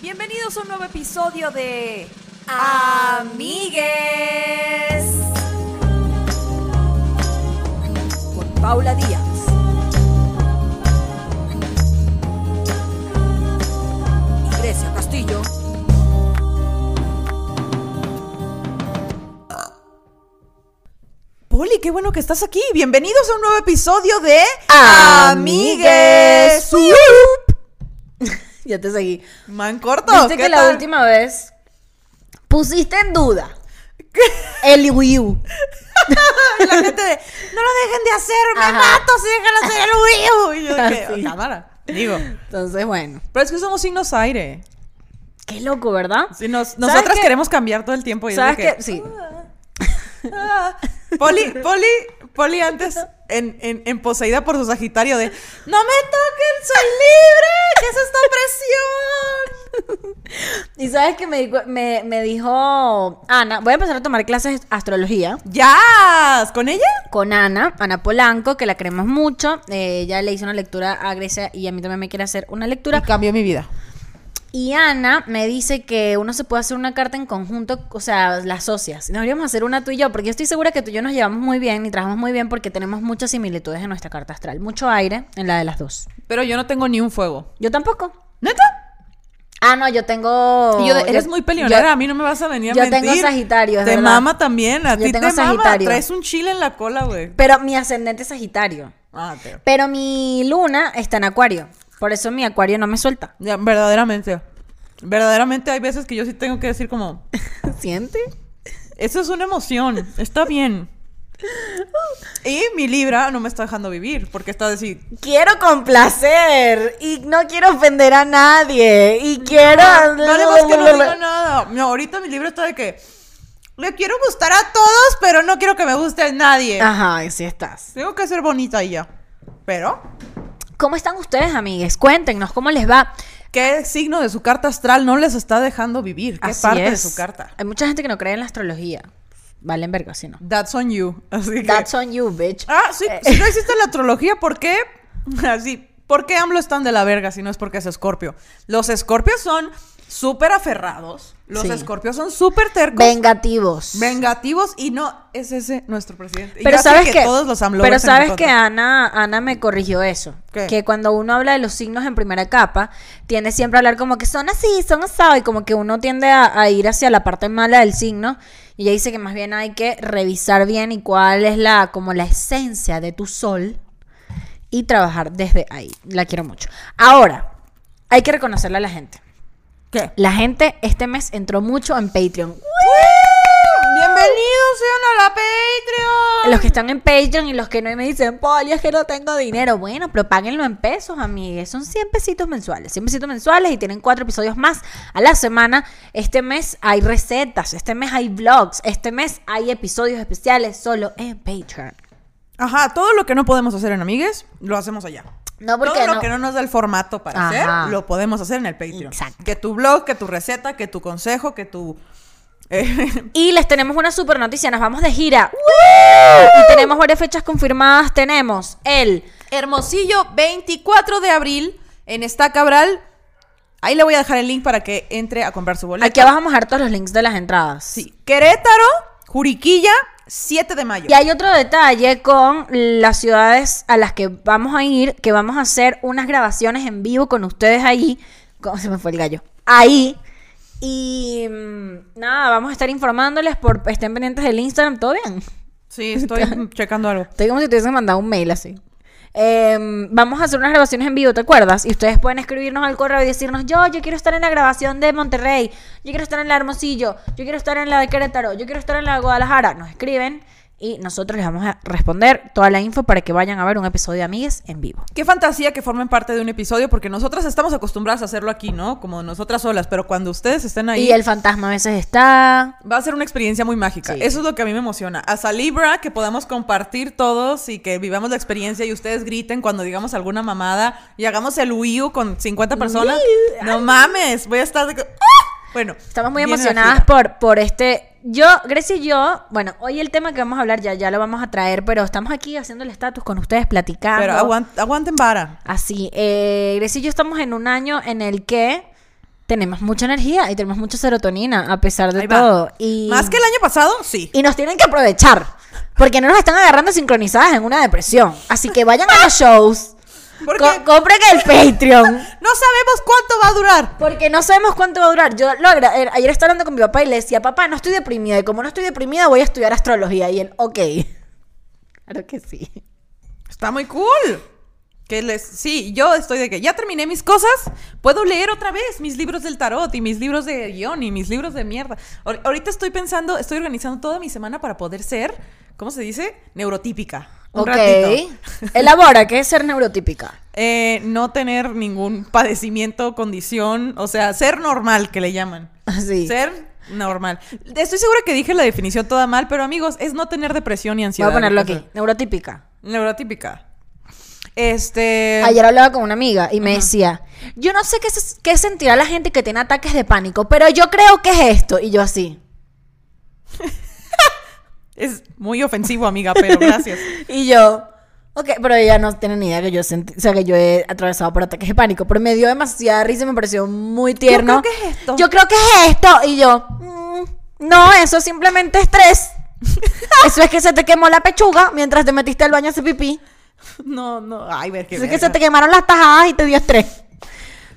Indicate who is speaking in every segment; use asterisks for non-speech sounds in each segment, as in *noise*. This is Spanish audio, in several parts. Speaker 1: Bienvenidos a un nuevo episodio de Amigues con Paula Díaz. y Grecia Castillo.
Speaker 2: Poli, qué bueno que estás aquí. Bienvenidos a un nuevo episodio de
Speaker 1: Amigues.
Speaker 2: Uuup.
Speaker 3: Ya te seguí.
Speaker 2: Man
Speaker 1: Oh,
Speaker 2: corto.
Speaker 3: Viste
Speaker 2: ¿qué
Speaker 3: que la
Speaker 2: tal?
Speaker 3: última vez pusiste en duda el Wii U.
Speaker 2: La gente de, no lo dejen de hacer, me
Speaker 3: Ajá. Ah,
Speaker 2: mato si dejan de hacer el Wii U". Y yo de que,
Speaker 3: Sí.
Speaker 2: cámara. Digo.
Speaker 3: Entonces, bueno.
Speaker 2: Pero es que somos signos aire.
Speaker 3: Qué loco, ¿verdad?
Speaker 2: Sí, nos-
Speaker 3: ¿Sabes
Speaker 2: nosotras
Speaker 3: qué?
Speaker 2: queremos cambiar todo el tiempo. Y es de
Speaker 3: ¿Sabes
Speaker 2: que-
Speaker 3: qué? Sí.
Speaker 2: Ah. Poli, Poli, Poli antes en, en, en poseída por su Sagitario de No me toquen, soy libre, ¿qué es esta presión?
Speaker 3: Y sabes que me, di cu- me, me dijo Ana, voy a empezar a tomar clases de astrología
Speaker 2: ¡Ya! ¿Con ella?
Speaker 3: con Ana, Ana Polanco, que la queremos mucho. Eh, ella le hizo una lectura a Grecia y a mí también me quiere hacer una lectura.
Speaker 2: cambió mi vida.
Speaker 3: Y Ana me dice que uno se puede hacer una carta en conjunto, o sea, las socias. Deberíamos hacer una tú y yo, porque yo estoy segura que tú y yo nos llevamos muy bien y trabajamos muy bien porque tenemos muchas similitudes en nuestra carta astral. Mucho aire en la de las dos.
Speaker 2: Pero yo no tengo ni un fuego.
Speaker 3: Yo tampoco.
Speaker 2: ¿Neta?
Speaker 3: Ah, no, yo tengo.
Speaker 2: Y yo de-
Speaker 3: yo-
Speaker 2: eres muy peleonera,
Speaker 3: yo-
Speaker 2: a mí no me vas a venir a
Speaker 3: yo
Speaker 2: mentir.
Speaker 3: tengo Sagitario, es
Speaker 2: Te
Speaker 3: verdad.
Speaker 2: mama también, a
Speaker 3: Yo
Speaker 2: ti te
Speaker 3: tengo
Speaker 2: mama.
Speaker 3: Sagitario.
Speaker 2: Traes un chile en la cola, güey.
Speaker 3: Pero mi ascendente es Sagitario.
Speaker 2: Ah, te...
Speaker 3: Pero mi luna está en Acuario. Por eso mi Acuario no me suelta.
Speaker 2: Ya, verdaderamente. Verdaderamente hay veces que yo sí tengo que decir como,
Speaker 3: *laughs* ¿Siente?
Speaker 2: eso es una emoción, está
Speaker 3: *laughs*
Speaker 2: bien. Y mi Libra no me está dejando vivir, porque está así,
Speaker 3: Quiero complacer y no quiero ofender a nadie y quiero.
Speaker 2: Vale más que no digo nada. No, ahorita mi libro está de que le quiero gustar a todos, pero no quiero que me guste a nadie.
Speaker 3: Ajá, sí estás.
Speaker 2: Tengo que ser bonita y ya. Pero,
Speaker 3: ¿Cómo están ustedes, amigues? Cuéntenos cómo les va.
Speaker 2: ¿qué signo de su carta astral no les está dejando vivir? ¿Qué
Speaker 3: Así
Speaker 2: parte de
Speaker 3: es.
Speaker 2: su carta?
Speaker 3: Hay mucha gente que no cree en la astrología. Valen verga, si no.
Speaker 2: That's on you. Así que-
Speaker 3: That's on you, bitch.
Speaker 2: Ah, sí, si no existe la astrología, ¿por qué? *laughs* Así, ¿por qué AMLO están de la verga si no es porque es escorpio? Los escorpios son súper aferrados. Los
Speaker 3: Sí.
Speaker 2: escorpios son súper tercos.
Speaker 3: Vengativos.
Speaker 2: Vengativos y no es ese nuestro presidente. Y
Speaker 3: pero
Speaker 2: yo sé
Speaker 3: sabes que,
Speaker 2: todos los AMLovers
Speaker 3: pero
Speaker 2: en
Speaker 3: sabes
Speaker 2: contra.
Speaker 3: que Ana, Ana me corrigió eso.
Speaker 2: ¿Qué?
Speaker 3: Que cuando uno habla de los signos en primera capa, tiende siempre a hablar como que son así, son asado, y como que uno tiende a, a ir hacia la parte mala del signo. Y ella dice que más bien hay que revisar bien y cuál es la, como la esencia de tu sol y trabajar desde ahí. La quiero mucho. Ahora, hay que reconocerle a la gente.
Speaker 2: ¿Qué?
Speaker 3: La gente este mes entró mucho en Patreon.
Speaker 2: Bienvenidos sean a la Patreon.
Speaker 3: Los que están en Patreon y los que no y me dicen, Poli, es que no tengo dinero. Bueno, pero páguenlo en pesos, amigues. Son 100 pesitos mensuales. 100 pesitos mensuales y tienen cuatro episodios más a la semana. Este mes hay recetas, este mes hay vlogs, este mes hay episodios especiales solo en Patreon.
Speaker 2: Ajá, todo lo que no podemos hacer en Amigues, lo hacemos allá.
Speaker 3: No, porque
Speaker 2: todo
Speaker 3: no-
Speaker 2: lo que no nos da el formato para
Speaker 3: Ajá.
Speaker 2: hacer, lo podemos hacer en el Patreon.
Speaker 3: Exacto.
Speaker 2: Que tu blog, que tu receta, que tu consejo, que tu... eh, *laughs*
Speaker 3: Y les tenemos una super noticia, nos vamos de gira. Y tenemos varias fechas confirmadas. Tenemos el
Speaker 2: Hermosillo, 24 de abril, en Esta Cabral. Ahí le voy a dejar el link para que entre a comprar su boleto.
Speaker 3: Aquí abajo vamos a dejar todos los links de las entradas.
Speaker 2: Sí. Querétaro, Juriquilla, 7 de mayo.
Speaker 3: Y hay otro detalle con las ciudades a las que vamos a ir, que vamos a hacer unas grabaciones en vivo con ustedes ahí. ¿Cómo se me fue el gallo? Ahí. Y mm, nada, vamos a estar informándoles por estén pendientes del Instagram, todo bien.
Speaker 2: Sí,
Speaker 3: *laughs*
Speaker 2: estoy checando algo.
Speaker 3: Estoy como si te hubiesen mandado un mail así. Em, vamos a hacer unas grabaciones en vivo, ¿te acuerdas? Y ustedes pueden escribirnos al correo y decirnos, yo, yo quiero estar en la grabación de Monterrey, yo quiero estar en la de Hermosillo, yo quiero estar en la de Querétaro, yo quiero estar en la de Guadalajara. Nos escriben y nosotros les vamos a responder toda la info para que vayan a ver un episodio de Amigues en vivo.
Speaker 2: Qué fantasía que formen parte de un episodio, porque nosotras estamos acostumbradas a hacerlo aquí, ¿no? Como nosotras solas, pero cuando ustedes estén ahí,
Speaker 3: Y el fantasma a veces está...
Speaker 2: va a ser una experiencia muy mágica. Eso es lo que a mí me emociona. Hasta Libra, que podamos compartir todos y que vivamos la experiencia y ustedes griten cuando digamos alguna mamada y hagamos el Wii con 50 personas. No mames, voy a estar de que- ¡Ah! Bueno,
Speaker 3: Estamos muy
Speaker 2: viene la
Speaker 3: emocionadas
Speaker 2: gira.
Speaker 3: por, por este. Yo, Grecia y yo, bueno, hoy el tema que vamos a hablar ya, ya lo vamos a traer, pero estamos aquí haciendo el estatus con ustedes, platicando.
Speaker 2: Pero aguant- aguanten vara.
Speaker 3: Así, eh, Grecia y yo estamos en un año en el que tenemos mucha energía y tenemos mucha serotonina, a pesar de
Speaker 2: Ahí va.
Speaker 3: todo. Y,
Speaker 2: Más que el año pasado, sí.
Speaker 3: y nos tienen que aprovechar, porque no nos están agarrando sincronizadas en una depresión. Así que vayan
Speaker 2: *laughs*
Speaker 3: a los shows,
Speaker 2: Porque-
Speaker 3: co- compren
Speaker 2: *laughs*
Speaker 3: el Patreon.
Speaker 2: No sabemos cuánto va a durar.
Speaker 3: Porque no sabemos cuánto va a durar. Yo lo agra- eh, ayer estaba hablando con mi papá y le decía, papá, no estoy deprimida. Y como no estoy deprimida, voy a estudiar astrología. Y él, ok. Claro que sí.
Speaker 2: Está muy cool. Que les, sí, yo estoy de que ya terminé mis cosas, puedo leer otra vez mis libros del tarot y mis libros de guión y mis libros de mierda. Ahor- ahorita estoy pensando, estoy organizando toda mi semana para poder ser, ¿cómo se dice? Neurotípica. Un
Speaker 3: ok.
Speaker 2: ratito.
Speaker 3: Elabora, ¿qué es ser neurotípica?
Speaker 2: *laughs* Eh, no tener ningún padecimiento, condición, o sea, ser normal, que le llaman.
Speaker 3: Así.
Speaker 2: Ser normal. Estoy segura que dije la definición toda mal, pero amigos, es no tener depresión y
Speaker 3: Voy
Speaker 2: ansiedad.
Speaker 3: a ponerlo
Speaker 2: O sea,
Speaker 3: aquí. Neurotípica.
Speaker 2: Neurotípica. Este.
Speaker 3: Ayer hablaba con una amiga y me decía, yo no sé qué, se- qué sentirá la gente que tiene ataques de pánico, pero yo creo que es esto. Y yo así.
Speaker 2: Es muy ofensivo, amiga, pero
Speaker 3: *laughs*
Speaker 2: gracias.
Speaker 3: Y yo, ok, pero ella no tiene ni idea que yo sentí, o sea, que yo he atravesado por ataques de pánico, pero me dio demasiada risa y me pareció muy tierno.
Speaker 2: creo que es esto.
Speaker 3: Yo creo que es esto. Y yo, "Mm, no, eso es
Speaker 2: *laughs*
Speaker 3: simplemente estrés. eso es que se te quemó la pechuga mientras te metiste al baño a hacer pipí.
Speaker 2: No, no. Ay, ver qué.
Speaker 3: Eso es que
Speaker 2: verga.
Speaker 3: se te quemaron las tajadas y te dio estrés.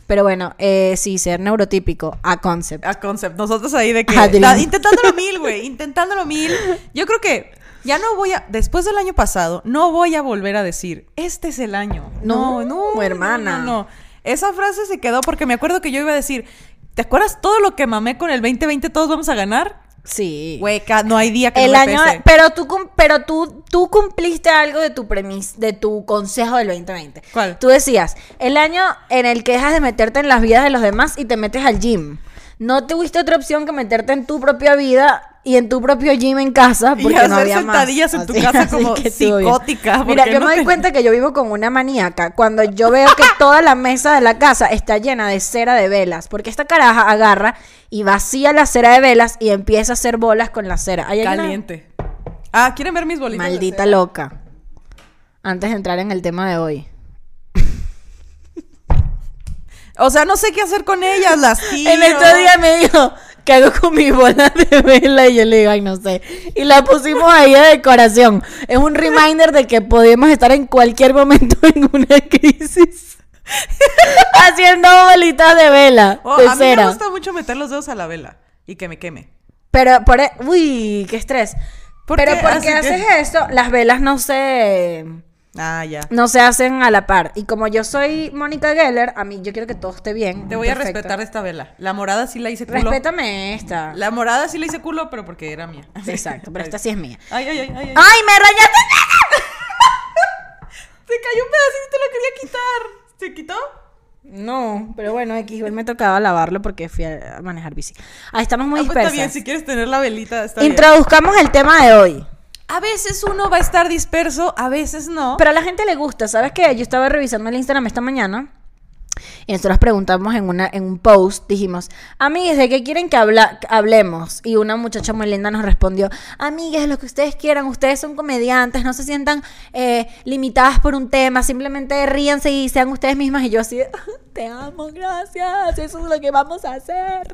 Speaker 3: Pero bueno, eh, sí, ser neurotípico a concept.
Speaker 2: A concept. Nosotros ahí de que.
Speaker 3: Adrián.
Speaker 2: la- intentándolo mil, güey. Intentándolo mil. Yo creo que ya no voy a. Después del año pasado, no voy a volver a decir, este es el año. No,
Speaker 3: No,
Speaker 2: no. no,
Speaker 3: hermana.
Speaker 2: No, no. Esa frase se quedó porque me acuerdo que yo iba a decir, ¿te acuerdas todo lo que mamé con el 2020? Todos vamos a ganar.
Speaker 3: Sí.
Speaker 2: Güey, ca- no hay día que
Speaker 3: El
Speaker 2: no me
Speaker 3: año,
Speaker 2: pese.
Speaker 3: pero tú cum- pero tú tú cumpliste algo de tu premis, de tu consejo del 2020.
Speaker 2: ¿Cuál?
Speaker 3: Tú decías, el año en el que dejas de meterte en las vidas de los demás y te metes al gym. No tuviste otra opción que meterte en tu propia vida y en tu propio gym en casa
Speaker 2: Y
Speaker 3: porque no
Speaker 2: hacer
Speaker 3: había más.
Speaker 2: sentadillas en tu
Speaker 3: *laughs*
Speaker 2: casa como
Speaker 3: que estuvo bien.
Speaker 2: psicótica,
Speaker 3: Mira,
Speaker 2: porque
Speaker 3: yo
Speaker 2: no
Speaker 3: me doy
Speaker 2: te-
Speaker 3: cuenta que yo vivo con una maníaca cuando yo veo
Speaker 2: *laughs*
Speaker 3: que toda la mesa de la casa está llena de cera de velas, porque esta caraja agarra y vacía la cera de velas y empieza a hacer bolas con la cera. Ahí hay una-
Speaker 2: Caliente. Ah, ¿quieren ver mis bolitas? de
Speaker 3: Maldita
Speaker 2: cera?
Speaker 3: loca. Antes de entrar en el tema de hoy.
Speaker 2: O sea, no sé qué hacer con ellas, las tiro.
Speaker 3: *laughs* En estos días me dijo, ¿qué hago con mis bolas de vela? Y yo le digo, ay, no sé. Y la pusimos ahí de decoración. Es un reminder de que podemos estar en cualquier momento en una crisis. *laughs* Haciendo bolitas de vela,
Speaker 2: Oh,
Speaker 3: de
Speaker 2: a mí me
Speaker 3: cera.
Speaker 2: gusta mucho meter los dedos a la vela y que me queme.
Speaker 3: Pero, por... e- uy, qué estrés.
Speaker 2: ¿Por
Speaker 3: Pero
Speaker 2: qué?
Speaker 3: porque
Speaker 2: Así que-
Speaker 3: haces eso, las velas no se...
Speaker 2: Ah, ya.
Speaker 3: no se hacen a la par. Y como yo soy Mónica Geller, a mí yo quiero que todo esté bien.
Speaker 2: Te voy a
Speaker 3: perfecto.
Speaker 2: respetar esta vela. La morada sí la hice culo.
Speaker 3: Respétame esta.
Speaker 2: La morada sí la hice culo, pero porque era mía.
Speaker 3: Exacto, pero Ah. esta sí es mía.
Speaker 2: *laughs* Ay, ay, ay, ay. ay.
Speaker 3: ¡Ay, me rayaste!
Speaker 2: Se cayó un pedacito y te lo quería quitar. ¿Se quitó? Ah,
Speaker 3: No, pero bueno, X, igual me tocaba lavarlo porque fui a a manejar bici. Ahí estamos muy
Speaker 2: Ah, pues, está
Speaker 3: dispersas.
Speaker 2: bien, si quieres tener la velita, está bien.
Speaker 3: Introduzcamos el tema de hoy.
Speaker 2: A veces uno va a estar disperso, a veces no.
Speaker 3: Pero a la gente le gusta, ¿sabes qué? Yo estaba revisando el Instagram esta mañana y nosotros preguntamos en, una, en un post, dijimos, amigues, ¿de qué quieren que habla que hablemos? Y una muchacha muy linda nos respondió, amigues, lo que ustedes quieran, ustedes son comediantes, no se sientan eh, limitadas por un tema, simplemente ríanse y sean ustedes mismas. Y yo así, de, *laughs* te amo, gracias, eso es lo que vamos a hacer.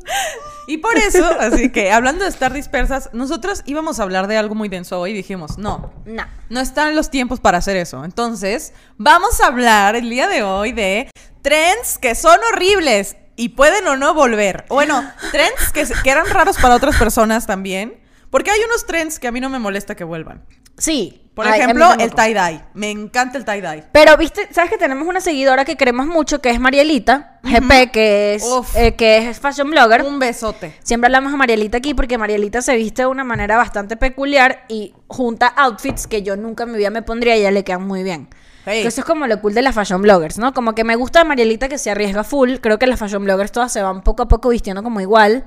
Speaker 2: Y por eso, así que hablando de estar dispersas, nosotros íbamos a hablar de algo muy denso hoy y dijimos, no,
Speaker 3: No.
Speaker 2: no están los tiempos para hacer eso. Entonces, vamos a hablar el día de hoy de trends que son horribles y pueden o no volver. Bueno, trends que, se- que eran raros para otras personas también. Porque hay unos trends que a mí no me molesta que vuelvan.
Speaker 3: Sí.
Speaker 2: Por
Speaker 3: Ay, a mí
Speaker 2: ejemplo, el
Speaker 3: tampoco.
Speaker 2: tie-dye. Me encanta el tie-dye.
Speaker 3: Pero viste, sabes que tenemos una seguidora que queremos mucho, que es Marielita, GP, que es,
Speaker 2: Uf.
Speaker 3: eh, que es fashion blogger.
Speaker 2: Un besote.
Speaker 3: Siempre hablamos a Marielita aquí porque Marielita se viste de una manera bastante peculiar y junta outfits que yo nunca en mi vida me pondría y a ella le quedan muy bien.
Speaker 2: Hey.
Speaker 3: Que eso es como lo cool de las fashion bloggers, ¿no? Como que me gusta de Marielita que se arriesga full. Creo que las fashion bloggers todas se van poco a poco vistiendo como igual.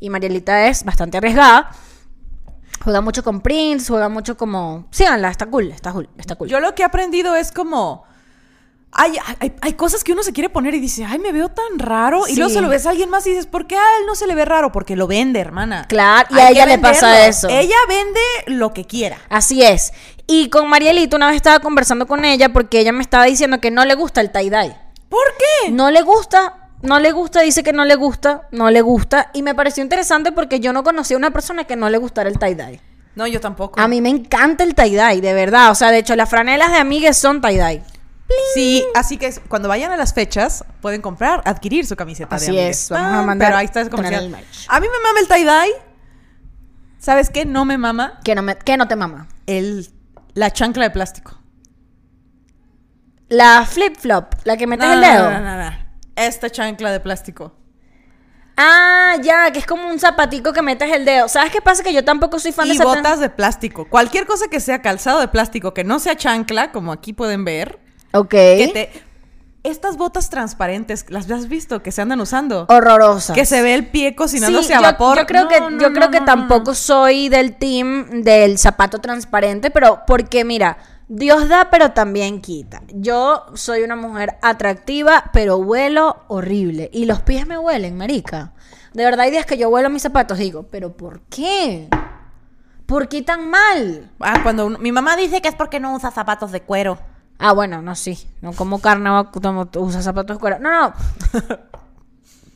Speaker 3: Y Marielita es bastante arriesgada. Juega mucho con prints, juega mucho como... Síganla, está cool, está cool, está cool.
Speaker 2: Yo lo que he aprendido es como. Hay, hay, hay cosas que uno se quiere poner y dice, ay, me veo tan raro. Y
Speaker 3: Sí.
Speaker 2: luego se lo ves a alguien más y dices, ¿por qué a él no se le ve raro? Porque lo vende, hermana.
Speaker 3: Claro, y
Speaker 2: Hay
Speaker 3: a
Speaker 2: que
Speaker 3: ella le pasa
Speaker 2: venderlo.
Speaker 3: eso.
Speaker 2: Ella vende lo que quiera.
Speaker 3: Así es. Y con Marielita una vez estaba
Speaker 2: Eh.
Speaker 3: conversando con ella porque ella me estaba diciendo que no le gusta el tie-dye.
Speaker 2: ¿Por qué?
Speaker 3: No le gusta, no le gusta, dice que no le gusta, no le gusta. Y me pareció interesante porque yo no conocía a una persona que no le gustara el tie-dye.
Speaker 2: No, yo tampoco.
Speaker 3: A mí me encanta el tie-dye, de verdad. O sea, de hecho, las franelas de amigues son tie-dye.
Speaker 2: Sí, así que cuando vayan a las fechas, pueden comprar, adquirir su camiseta
Speaker 3: Así
Speaker 2: de amigues.
Speaker 3: es, vamos a
Speaker 2: Ah,
Speaker 3: mandar
Speaker 2: Pero ahí está el
Speaker 3: con el
Speaker 2: comercial.
Speaker 3: merch.
Speaker 2: A mí me mama el tie-dye. ¿Sabes qué? No me mama
Speaker 3: Que no, me, que no te mama.
Speaker 2: el, la chancla de plástico.
Speaker 3: La flip-flop, la que metes
Speaker 2: No,
Speaker 3: el
Speaker 2: no, no,
Speaker 3: dedo.
Speaker 2: no, no, no. Esta chancla de plástico.
Speaker 3: Ah, ya, que es como un zapatico que metes el dedo. ¿Sabes qué pasa? Que yo tampoco soy fan de
Speaker 2: Y
Speaker 3: esa tra-
Speaker 2: botas de plástico. Cualquier cosa que sea calzado de plástico, que no sea chancla, como aquí pueden ver.
Speaker 3: Ok.
Speaker 2: que te- Estas botas transparentes, ¿las has visto que se andan usando?
Speaker 3: Horrorosa.
Speaker 2: Que se ve el pie cocinándose
Speaker 3: Sí,
Speaker 2: a
Speaker 3: yo-
Speaker 2: vapor.
Speaker 3: Yo, creo
Speaker 2: No,
Speaker 3: que,
Speaker 2: no,
Speaker 3: yo
Speaker 2: no,
Speaker 3: creo que
Speaker 2: no, no, no.
Speaker 3: tampoco soy del team del zapato transparente, pero porque mira, Dios da, pero también quita. Yo soy una mujer atractiva, pero huelo horrible. Y los pies me huelen, marica. De verdad hay días que yo huelo mis zapatos y digo, ¿pero por qué? ¿Por qué tan mal?
Speaker 2: Ah, cuando uno- mi mamá dice que es porque no usa zapatos de cuero.
Speaker 3: Ah, bueno, no, sí. No como carne, va- como usa zapatos de cuero. No, no.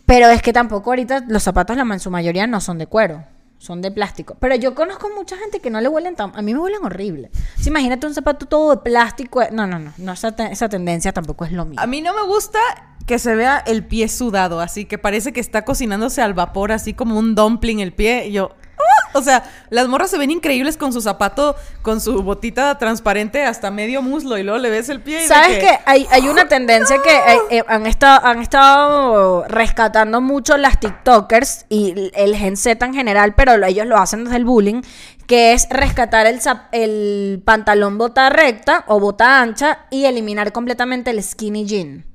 Speaker 3: Pero es que tampoco ahorita los zapatos, la ma- en su mayoría, no son de cuero. Son de plástico. Pero yo conozco mucha gente que no le huelen tan... A mí me huelen horrible. Sí, imagínate un zapato todo de plástico. eh, No, no, no. no esa, te- esa tendencia tampoco es lo mío.
Speaker 2: A mí no me gusta que se vea el pie sudado, así que parece que está cocinándose al vapor, así como un dumpling el pie. Y yo, ¡ah! o sea, las morras se ven increíbles con su zapato, con su botita transparente hasta medio muslo y luego le ves el pie. Y de
Speaker 3: ¿Sabes
Speaker 2: que-
Speaker 3: qué? Hay, hay una tendencia que eh, eh, han, estado, han estado rescatando mucho las TikTokers y el- el Gen Z en general, pero lo- ellos lo hacen desde el bullying, que es rescatar el, zap- el pantalón bota recta o bota ancha y eliminar completamente el skinny jean.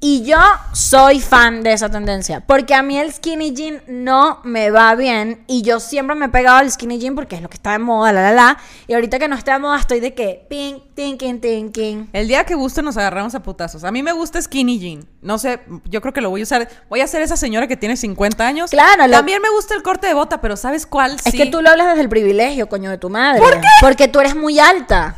Speaker 3: Y yo soy fan de esa tendencia, porque a mí el skinny jean no me va bien y yo siempre me he pegado al skinny jean porque es lo que está de moda, la la la. Y ahorita que no está de moda estoy de que ping, tinking, tinking.
Speaker 2: El día que guste nos agarramos a putazos. A mí me gusta skinny jean. No sé, yo creo que lo voy a usar. Voy a ser esa señora que tiene 50 años.
Speaker 3: Claro, lo-
Speaker 2: También me gusta el corte de bota, pero ¿sabes cuál?
Speaker 3: Es
Speaker 2: Sí.
Speaker 3: que tú lo hablas desde el privilegio, coño, de tu madre. ¿Por qué? Porque tú eres
Speaker 2: *laughs*
Speaker 3: muy alta.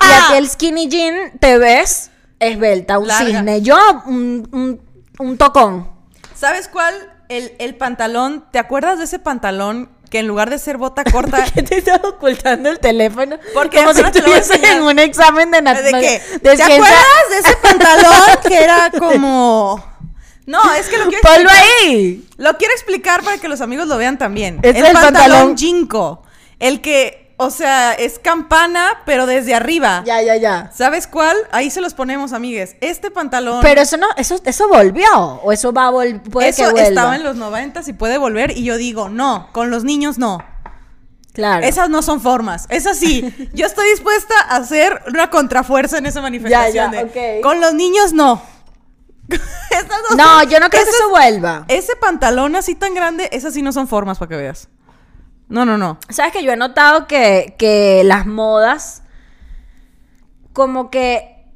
Speaker 3: y a ti el skinny jean te ves esbelta, un
Speaker 2: Larga.
Speaker 3: cisne. Yo, un, un, un tocón.
Speaker 2: ¿Sabes cuál? El, el pantalón. ¿Te acuerdas de ese pantalón que en lugar de ser bota
Speaker 3: *laughs*
Speaker 2: corta...
Speaker 3: que te estás ocultando el teléfono?
Speaker 2: Ah. Porque
Speaker 3: como si
Speaker 2: ahora te lo voy a
Speaker 3: estuvieses
Speaker 2: enseñar.
Speaker 3: en un examen
Speaker 2: ¿De
Speaker 3: de *laughs* nat-
Speaker 2: qué?
Speaker 3: de
Speaker 2: ¿Te
Speaker 3: ciencia-
Speaker 2: acuerdas de ese pantalón que
Speaker 3: *laughs*
Speaker 2: era como... No, es que lo quiero
Speaker 3: Ponlo
Speaker 2: explicar-
Speaker 3: ahí.
Speaker 2: Lo quiero explicar para que los amigos lo vean también.
Speaker 3: Este
Speaker 2: el,
Speaker 3: es el
Speaker 2: pantalón
Speaker 3: pantalón.
Speaker 2: jinko. El que, o sea, es campana, pero desde arriba.
Speaker 3: Ya, ya, ya.
Speaker 2: ¿Sabes cuál? Ahí se los ponemos, amigues. Este pantalón.
Speaker 3: Pero eso no, eso, eso volvió. O eso va a volver. Puede
Speaker 2: eso
Speaker 3: que vuelva.
Speaker 2: estaba en los 90 y puede volver. Y yo digo, no, con los niños no.
Speaker 3: Claro.
Speaker 2: Esas no son formas. Es así. yo estoy dispuesta a hacer una contrafuerza en esa manifestación.
Speaker 3: ya,
Speaker 2: de,
Speaker 3: ok.
Speaker 2: Con los niños no. *laughs* Esas
Speaker 3: no,
Speaker 2: son-
Speaker 3: yo no creo que
Speaker 2: esas-
Speaker 3: eso vuelva.
Speaker 2: Ese pantalón así tan grande, esas sí no son formas para que veas. No, no, no.
Speaker 3: Sabes que yo he notado que, que las modas, como que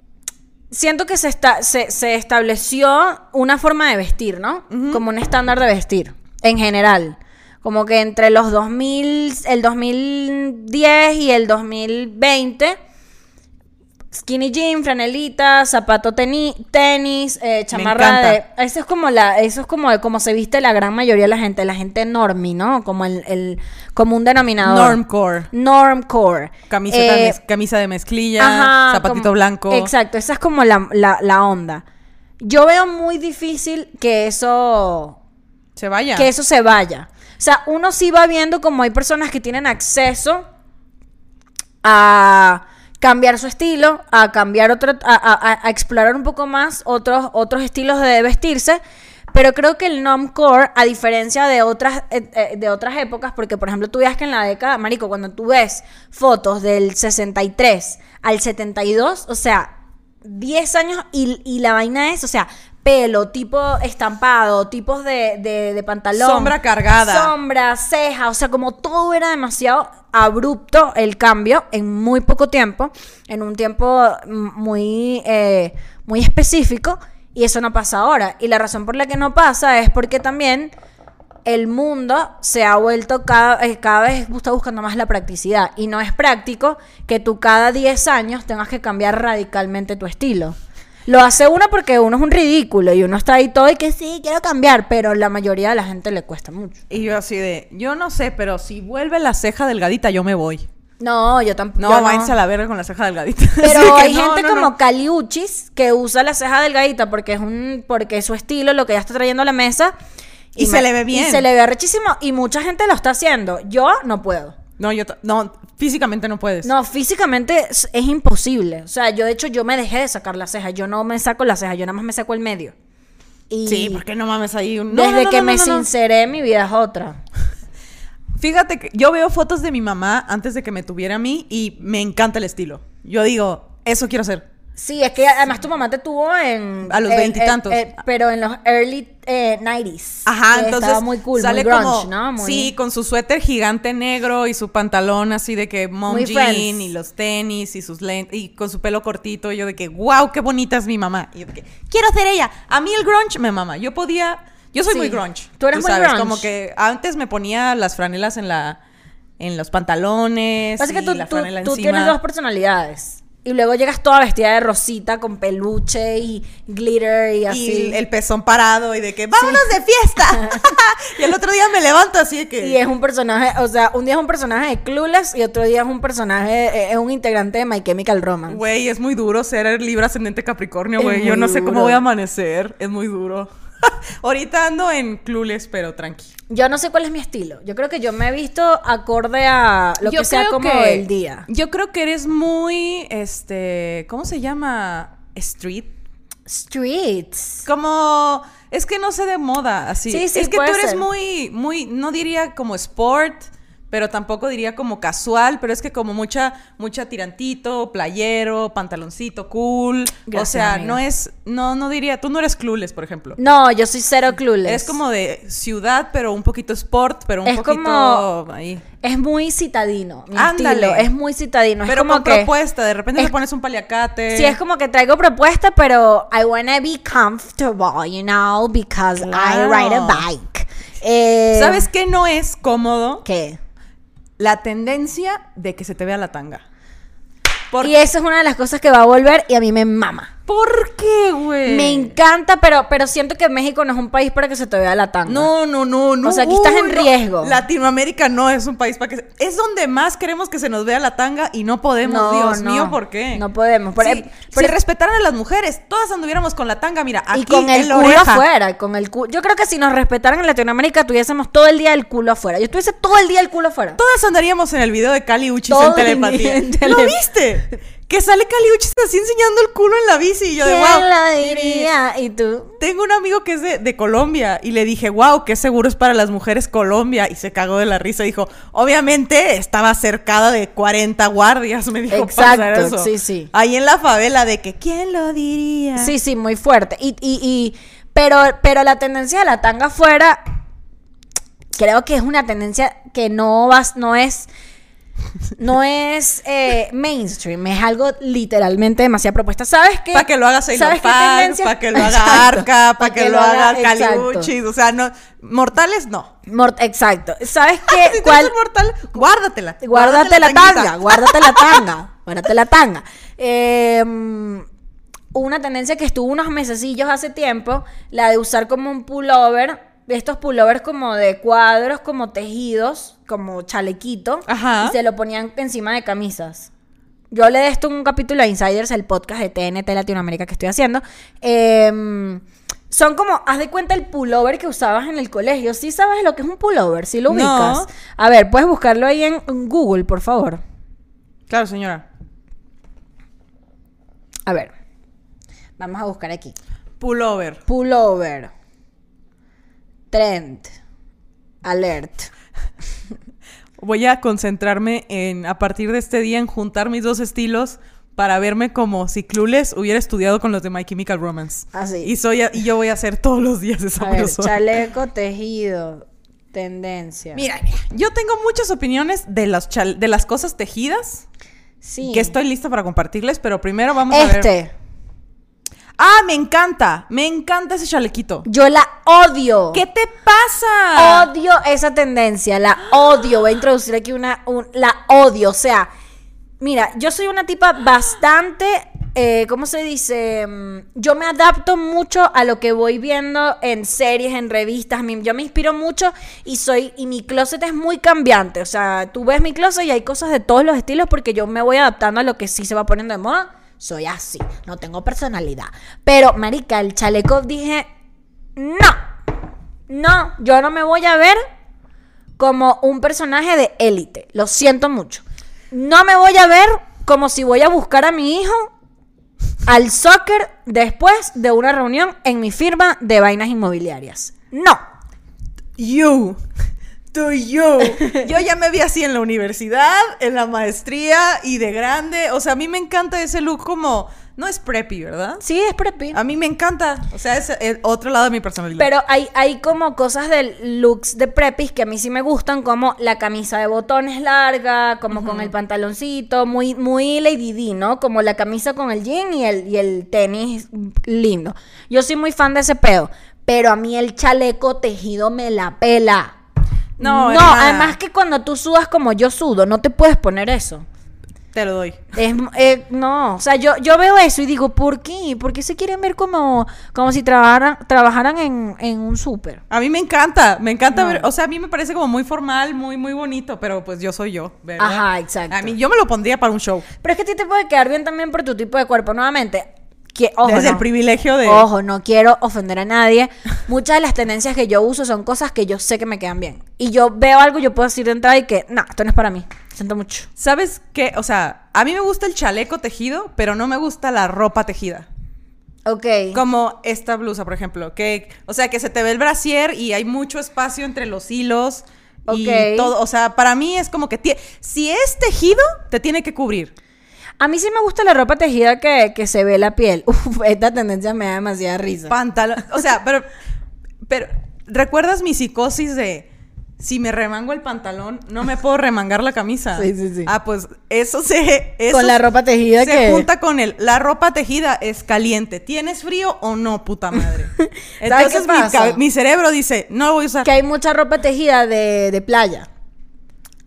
Speaker 3: siento que se, esta- se, se estableció una forma de vestir, ¿no? Como un estándar de vestir, en general. Como que entre los 2000, el 2010 y el 2020, skinny jean, franelita, zapato teni- tenis, eh, chamarra de...
Speaker 2: encanta.
Speaker 3: Eso es como la, eso es como, como se viste la gran mayoría de la gente, la gente normie, ¿no? Como el, el común denominador.
Speaker 2: Normcore.
Speaker 3: Normcore.
Speaker 2: Camiseta de
Speaker 3: Eh,
Speaker 2: mez- camisa de mezclilla,
Speaker 3: Ajá,
Speaker 2: zapatito
Speaker 3: como-
Speaker 2: blanco.
Speaker 3: Exacto, esa es como la, la- la onda. Yo veo muy difícil que eso,
Speaker 2: Se vaya.
Speaker 3: que eso se vaya. O sea, uno sí va viendo como hay personas que tienen acceso a cambiar su estilo, a cambiar otro, a, a- a- a explorar un poco más otros, otros estilos de vestirse. Pero creo que el normcore, a diferencia de otras, eh, eh, de otras épocas, porque por ejemplo tú veas que en la década, Marico, cuando tú ves fotos del 63 al 72, o sea, 10 años y, y la vaina es, o sea, pelo, tipo estampado, tipos de, de, de pantalón.
Speaker 2: Sombra cargada.
Speaker 3: Sombra, ceja, o sea, como todo era demasiado abrupto el cambio en muy poco tiempo, en un tiempo mm, muy, eh, muy específico, y eso no pasa ahora. Y la razón por la que no pasa es porque también el mundo se ha vuelto cada, eh, cada vez está buscando más la practicidad y no es práctico que tú cada 10 años tengas que cambiar radicalmente tu estilo. Lo hace uno porque uno es un ridículo y uno está ahí todo y que sí, quiero cambiar, pero la mayoría de la gente le cuesta mucho.
Speaker 2: Y yo así de, yo no sé, pero si vuelve la ceja delgadita, yo me voy.
Speaker 3: No, yo tampoco.
Speaker 2: No, váyanse a la *laughs* verga con la ceja delgadita. *laughs*
Speaker 3: Pero
Speaker 2: Así que
Speaker 3: hay
Speaker 2: no,
Speaker 3: gente
Speaker 2: no, no.
Speaker 3: como Caliuchis que usa la ceja delgadita porque es un porque es su estilo, lo que ya está trayendo a la mesa.
Speaker 2: Y se
Speaker 3: ma-
Speaker 2: le ve bien.
Speaker 3: Y se le ve rechísimo y mucha gente lo está haciendo. Yo no puedo.
Speaker 2: No, yo ta- no, físicamente no puedes.
Speaker 3: No, físicamente es, es imposible. O sea, yo de hecho yo me dejé de sacar la ceja. Yo no me saco la ceja, yo nada más me saco el medio. Y
Speaker 2: Sí, porque no mames ahí. un- no,
Speaker 3: desde
Speaker 2: no, no,
Speaker 3: que
Speaker 2: no,
Speaker 3: me
Speaker 2: no, no.
Speaker 3: sinceré, mi vida es otra.
Speaker 2: Fíjate que yo veo fotos de mi mamá antes de que me tuviera a mí y me encanta el estilo. Yo digo, eso quiero hacer.
Speaker 3: Sí, es que además tu mamá te tuvo en...
Speaker 2: A los
Speaker 3: en-
Speaker 2: veintitantos.
Speaker 3: en- en- pero en los early eh, 90s.
Speaker 2: Ajá,
Speaker 3: que
Speaker 2: entonces
Speaker 3: Estaba muy cool,
Speaker 2: sale
Speaker 3: muy grunge,
Speaker 2: como
Speaker 3: ¿no? Muy-
Speaker 2: sí, con su suéter gigante negro y su pantalón así de que mom
Speaker 3: Muy
Speaker 2: jean
Speaker 3: Friends.
Speaker 2: y los tenis y sus lentes y con su pelo cortito y yo de que wow qué bonita es mi mamá y yo de que quiero ser ella. A mí el grunge me mama. Yo podía, yo soy
Speaker 3: Sí.
Speaker 2: muy grunge.
Speaker 3: Tú eres muy grunge.
Speaker 2: Como que antes me ponía las franelas en la en los pantalones.
Speaker 3: Pasa que
Speaker 2: y
Speaker 3: tú,
Speaker 2: la
Speaker 3: tú-
Speaker 2: franela
Speaker 3: tú
Speaker 2: encima.
Speaker 3: tienes dos personalidades. Y luego llegas toda vestida de rosita con peluche y glitter y
Speaker 2: y
Speaker 3: así.
Speaker 2: el- el pezón parado y de que vámonos de
Speaker 3: *laughs*
Speaker 2: fiesta. *laughs* y el otro día me levanto así de que
Speaker 3: Y es un personaje, o sea, un día es un personaje de Clueless y otro día es un personaje, eh, es un integrante de My Chemical Romance.
Speaker 2: Güey, es muy duro ser el Libra ascendente Capricornio,
Speaker 3: Es
Speaker 2: güey. Yo
Speaker 3: muy
Speaker 2: no sé cómo
Speaker 3: duro.
Speaker 2: voy a amanecer. Es muy duro. *laughs* Ahorita ando en clules, pero tranqui.
Speaker 3: Yo no sé cuál es mi estilo. Yo creo que yo me he visto acorde a lo que sea como el día.
Speaker 2: Yo creo que eres muy, este, ¿cómo se llama? Street.
Speaker 3: Streets.
Speaker 2: Como, es que no sé de moda, así.
Speaker 3: Sí, sí,
Speaker 2: es que
Speaker 3: puede
Speaker 2: tú eres
Speaker 3: ser.
Speaker 2: muy, muy, no diría como sport, pero tampoco diría como casual, pero es que como mucha, mucha tirantito, playero, pantaloncito cool.
Speaker 3: Gracias,
Speaker 2: o sea,
Speaker 3: amiga.
Speaker 2: no es, no, no diría, tú no eres clules, por ejemplo.
Speaker 3: No, yo soy cero Clueless.
Speaker 2: Es como de ciudad, pero un poquito sport, pero un
Speaker 3: Es
Speaker 2: poquito
Speaker 3: como-
Speaker 2: ahí.
Speaker 3: Es muy citadino. Mi
Speaker 2: Ándale.
Speaker 3: estilo es muy citadino. Es
Speaker 2: pero
Speaker 3: como
Speaker 2: con
Speaker 3: que...
Speaker 2: propuesta, de repente
Speaker 3: es-
Speaker 2: le pones un paliacate.
Speaker 3: Sí, es como que traigo propuesta, pero I wanna be comfortable, you know, because I
Speaker 2: Claro.
Speaker 3: ride a bike. Eh,
Speaker 2: ¿Sabes qué no es cómodo?
Speaker 3: qué?
Speaker 2: La tendencia de que se te vea la tanga. ¿Por,
Speaker 3: Y eso es una de las cosas que va a volver y a mí me mama.
Speaker 2: ¿Por qué, güey?
Speaker 3: Me encanta, pero, pero siento que México no es un país para que se te vea la tanga.
Speaker 2: No, no, no, no.
Speaker 3: O sea, aquí estás en
Speaker 2: no.
Speaker 3: riesgo.
Speaker 2: Latinoamérica no es un país para que... se- Es donde más queremos que se nos vea la tanga y no podemos,
Speaker 3: No,
Speaker 2: Dios
Speaker 3: no.
Speaker 2: mío, ¿por qué?
Speaker 3: No podemos. Por-
Speaker 2: Sí,
Speaker 3: por-
Speaker 2: si respetaran a las mujeres, todas anduviéramos con la tanga, mira, aquí
Speaker 3: y con
Speaker 2: en
Speaker 3: el
Speaker 2: la
Speaker 3: culo
Speaker 2: oreja.
Speaker 3: afuera, con el cu- Yo creo que si nos respetaran en Latinoamérica tuviésemos todo el día el culo afuera. Yo estuviese todo el día el culo afuera.
Speaker 2: Todas andaríamos en el video de Cali Uchis
Speaker 3: Todo
Speaker 2: en telepatía.
Speaker 3: en- en
Speaker 2: ¿Lo
Speaker 3: tele-
Speaker 2: viste? Que sale Cali Uchis así enseñando el culo en la bici. Y yo de
Speaker 3: ¿Quién
Speaker 2: wow.
Speaker 3: lo diría? ¿Y tú?
Speaker 2: Tengo un amigo que es de, de Colombia y le dije, wow, qué seguro es para las mujeres Colombia. Y se cagó de la risa. Dijo, obviamente estaba cercada de 40 guardias. Me dijo,
Speaker 3: Exacto,
Speaker 2: pasar eso.
Speaker 3: sí, sí.
Speaker 2: Ahí en la favela de que, ¿quién lo diría?
Speaker 3: Sí, sí, muy fuerte. Y, y, y- pero, pero la tendencia de la tanga afuera, creo que es una tendencia que no vas, no es, no es eh, mainstream, es algo literalmente demasiado propuesta. ¿Sabes qué?
Speaker 2: Para que lo haga Sailor
Speaker 3: ¿Sabes qué
Speaker 2: Park,
Speaker 3: tendencia?
Speaker 2: para que lo
Speaker 3: *laughs* Exacto.
Speaker 2: haga Arca, para
Speaker 3: Pa'
Speaker 2: que, lo haga
Speaker 3: exacto.
Speaker 2: Caliuchis. O sea, no, mortales no.
Speaker 3: Mor- exacto. ¿Sabes
Speaker 2: *laughs*
Speaker 3: qué?
Speaker 2: Si tú
Speaker 3: ¿Cuál-
Speaker 2: eres mortal, guárdatela.
Speaker 3: Guárdate la
Speaker 2: tanguita.
Speaker 3: tanga, guárdate la tanga, guárdate la tanga. Eh, una tendencia que estuvo unos mesecillos hace tiempo, la de usar como un pullover, de estos pullovers como de cuadros, como tejidos, como chalequito,
Speaker 2: Ajá.
Speaker 3: y se lo ponían encima de camisas. Yo le de esto un capítulo a Insiders, el podcast de TNT Latinoamérica que estoy haciendo. Eh, son como, haz de cuenta el pullover que usabas en el colegio. Sí sabes lo que es un pullover, sí
Speaker 2: No.
Speaker 3: lo ubicas. A ver, puedes buscarlo ahí en en Google, por favor.
Speaker 2: Claro, señora.
Speaker 3: A ver. Vamos a buscar aquí.
Speaker 2: Pullover.
Speaker 3: Pullover. Trend.
Speaker 2: *laughs*
Speaker 3: Alert.
Speaker 2: Voy a concentrarme en, a partir de este día, en juntar mis dos estilos para verme como si Clueless hubiera estudiado con los de My Chemical Romance.
Speaker 3: Así.
Speaker 2: Y, soy, y yo voy a hacer todos los días esa
Speaker 3: Ah, A ver,
Speaker 2: persona.
Speaker 3: chaleco tejido. Tendencia.
Speaker 2: Mira, mira, yo tengo muchas opiniones de las, chal- de las cosas tejidas
Speaker 3: sí.
Speaker 2: que estoy lista para compartirles, pero primero vamos a ver.
Speaker 3: Este.
Speaker 2: ¡Ah, me encanta! Me encanta ese chalequito.
Speaker 3: Yo Oh, la odio.
Speaker 2: ¿Qué te pasa?
Speaker 3: Odio esa tendencia, la odio. Voy a introducir aquí una. un- la odio. O sea, mira, yo soy una tipa bastante eh, ¿cómo se dice? Mm, Yo me adapto mucho a lo que voy viendo en series, en revistas. mi- Yo me inspiro mucho y soy y mi closet es muy cambiante. O sea, tú ves mi closet y hay cosas de todos los estilos porque yo me voy adaptando a lo que sí se va poniendo de moda. Soy así, no tengo personalidad. Pero, marica, el chaleco dije, no, no, yo no me voy a ver como un personaje de élite. Lo siento mucho. No me voy a ver como si voy a buscar a mi hijo al soccer después de una reunión en mi firma de vainas inmobiliarias. No.
Speaker 2: You. To you. Yo ya me vi así en la universidad, en la maestría y de grande. O sea, a mí me encanta ese look como. No es preppy, ¿verdad?
Speaker 3: Sí, es preppy.
Speaker 2: A mí me encanta. O sea, es el otro lado de mi personalidad.
Speaker 3: Pero hay, hay como cosas del looks de preppis que a mí sí me gustan, como la camisa de botones larga, como con el pantaloncito, muy, muy Lady D, ¿no? Como la camisa con el jean y el, y el tenis lindo. Yo soy muy fan de ese pedo, pero a mí el chaleco tejido me la pela.
Speaker 2: No,
Speaker 3: no,
Speaker 2: nada.
Speaker 3: además que cuando tú sudas como yo sudo, no te puedes poner eso.
Speaker 2: Te lo doy.
Speaker 3: Es, eh, no, o sea, yo, yo veo eso y digo, ¿por qué? ¿Por qué se quieren ver como, como si trabajaran, trabajaran en, en un súper?
Speaker 2: A mí me encanta, me encanta ver, o sea, a mí me parece como muy formal, muy, muy bonito, pero pues yo soy yo, ¿verdad?
Speaker 3: Ajá, exacto.
Speaker 2: A mí yo me lo pondría para un show.
Speaker 3: Pero es que a ti te puede quedar bien también por tu tipo de cuerpo, nuevamente. Que, ojo,
Speaker 2: desde
Speaker 3: no.
Speaker 2: el privilegio de...
Speaker 3: Ojo, no quiero ofender a nadie. Muchas de las tendencias que yo uso son cosas que yo sé que me quedan bien. Y yo veo algo, yo puedo decir de entrada y que, no, esto no es para mí. Siento mucho.
Speaker 2: ¿Sabes qué? O sea, a mí me gusta el chaleco tejido, pero no me gusta la ropa tejida.
Speaker 3: Ok.
Speaker 2: Como esta blusa, por ejemplo, que, o sea, que se te ve el brasier y hay mucho espacio entre los hilos
Speaker 3: Ok.
Speaker 2: y todo, o sea, para mí es como que tie- si es tejido, te tiene que cubrir.
Speaker 3: A mí sí me gusta la ropa tejida que, que se ve la piel. *laughs* Uf, esta tendencia me da demasiada risa.
Speaker 2: Pantalón, o sea, pero pero ¿recuerdas mi psicosis de si me remango el pantalón, no me puedo remangar la camisa?
Speaker 3: Sí, sí, sí.
Speaker 2: Ah, pues eso se eso
Speaker 3: Con la ropa tejida
Speaker 2: se
Speaker 3: que...
Speaker 2: junta con el la ropa tejida es caliente. ¿Tienes frío o no, puta madre?
Speaker 3: *laughs* ¿Sabes qué
Speaker 2: Entonces mi,
Speaker 3: pasa?
Speaker 2: ca- mi cerebro dice, "No lo voy a usar."
Speaker 3: Que hay mucha ropa tejida de, de playa.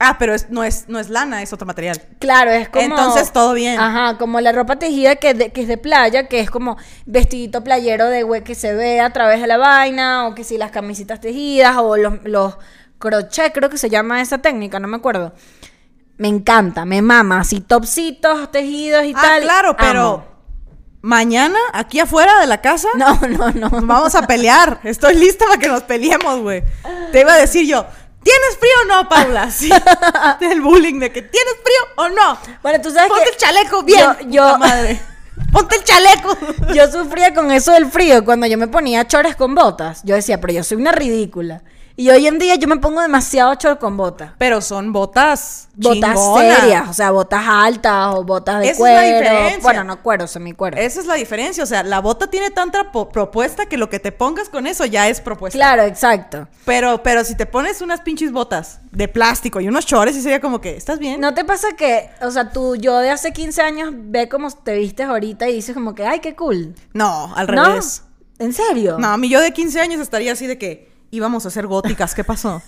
Speaker 2: Ah, pero es- no, es, no es lana, es otro material.
Speaker 3: Claro, es como.
Speaker 2: Entonces, todo bien.
Speaker 3: Ajá, como la ropa tejida que, de- que es de playa, que es como vestidito playero de güey que se ve a través de la vaina, o que si las camisitas tejidas, o los, los crochet, creo que se llama esa técnica, no me acuerdo. Me encanta, me mama, así topsitos tejidos y
Speaker 2: ah,
Speaker 3: tal.
Speaker 2: claro, pero
Speaker 3: Amo.
Speaker 2: mañana aquí afuera de la casa
Speaker 3: No, no, no.
Speaker 2: Nos vamos a pelear. Estoy lista para que nos peleemos, güey. Te iba a decir yo, ¿tienes frío o no, Paula?
Speaker 3: *laughs*
Speaker 2: Sí. El bullying de que ¿tienes frío o no?
Speaker 3: Bueno, tú sabes
Speaker 2: Ponte
Speaker 3: que.
Speaker 2: el chaleco bien.
Speaker 3: Yo- yo-
Speaker 2: puta madre.
Speaker 3: *laughs*
Speaker 2: Ponte el chaleco.
Speaker 3: Yo sufría con eso del frío cuando yo me ponía chores con botas. Yo decía, pero yo soy una ridícula. Y hoy en día yo me pongo demasiado chores con botas.
Speaker 2: Pero son botas.
Speaker 3: Botas
Speaker 2: chingonas.
Speaker 3: serias, o sea, botas altas o botas de
Speaker 2: Esa es la
Speaker 3: cuero.
Speaker 2: diferencia.
Speaker 3: bueno, no cuero, semicuero.
Speaker 2: Esa es la diferencia. O sea, la bota tiene tanta po- propuesta que lo que te pongas con eso ya es propuesta.
Speaker 3: Claro, exacto.
Speaker 2: Pero, pero si te pones unas pinches botas de plástico y unos chores, y sería como que, ¿estás bien?
Speaker 3: ¿No te pasa que, o sea, tú, yo de hace 15 años ve cómo te vistes ahorita y dices como que, ay, qué cool?
Speaker 2: No, al
Speaker 3: ¿No?
Speaker 2: revés.
Speaker 3: ¿En serio?
Speaker 2: No, a mí yo de 15 años estaría así de que íbamos a ser góticas, ¿qué
Speaker 3: *laughs*
Speaker 2: pasó?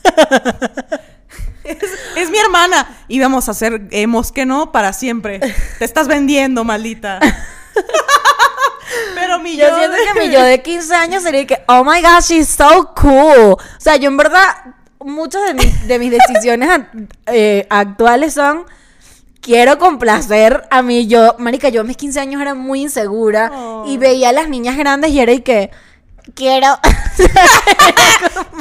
Speaker 2: es, es mi hermana. Íbamos a ser hemos que no para siempre. Te estás vendiendo, maldita. Pero mi yo,
Speaker 3: Yo siento
Speaker 2: de-
Speaker 3: que mi yo de 15 años sería que, oh my gosh, she's so cool. O sea, yo en verdad, muchas de, mis- de mis decisiones an- eh, actuales son, quiero complacer a mi yo. Marica, yo a mis 15 años era muy insegura
Speaker 2: Oh.
Speaker 3: y veía a las niñas grandes y era y que, quiero,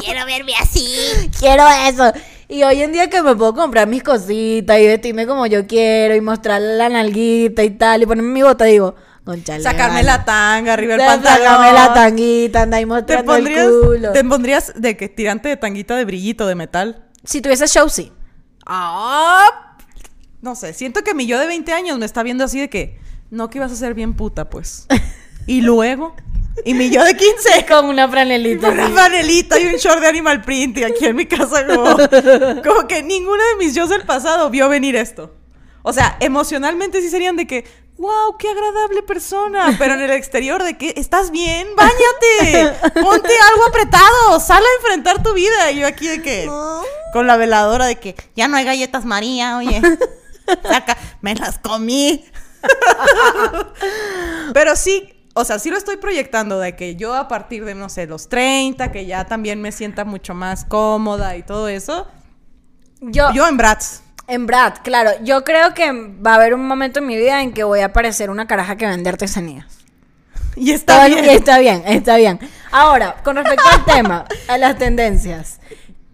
Speaker 4: Quiero verme así.
Speaker 3: quiero eso. Y hoy en día que me puedo comprar mis cositas y vestirme como yo quiero y mostrarle la nalguita y tal y ponerme mi bota, digo,
Speaker 2: *laughs*
Speaker 3: conchale.
Speaker 2: Sacarme
Speaker 3: vale.
Speaker 2: la tanga, arriba el pantalón.
Speaker 3: Sácame la tanguita, anda ahí
Speaker 2: ¿Te
Speaker 3: mostrando
Speaker 2: pondrías,
Speaker 3: el culo.
Speaker 2: te pondrías de que tirante de tanguita de brillito de metal.
Speaker 3: Si tuviese show, sí.
Speaker 2: Ah, no sé, siento que mi yo de 20 años me está viendo así de que no que ibas a ser bien puta, pues. Y luego, y mi yo de
Speaker 3: *laughs*
Speaker 2: 15
Speaker 3: Con una
Speaker 2: con
Speaker 3: franelita.
Speaker 2: una panelita y un short de animal print y aquí en mi casa como, como que ninguno de mis yo del pasado vio venir esto. O sea, emocionalmente sí serían de que, wow, qué agradable persona, pero en el exterior de que, estás bien, báñate, ponte algo apretado, sal a enfrentar tu vida. Y yo aquí de que, con la veladora de que, ya no hay galletas María, oye, saca, me las comí. Pero sí, o sea, sí lo estoy proyectando de que yo a partir de, no sé, los 30, que ya también me sienta mucho más cómoda y todo eso.
Speaker 3: Yo,
Speaker 2: Yo en Bratz.
Speaker 3: en Brad, claro, yo creo que va a haber un momento en mi vida en que voy a aparecer una caraja que vende artesanías.
Speaker 2: Y está
Speaker 3: Está bien,
Speaker 2: bien.
Speaker 3: está bien, está bien. Ahora, con respecto
Speaker 2: *laughs*
Speaker 3: al tema, a las tendencias.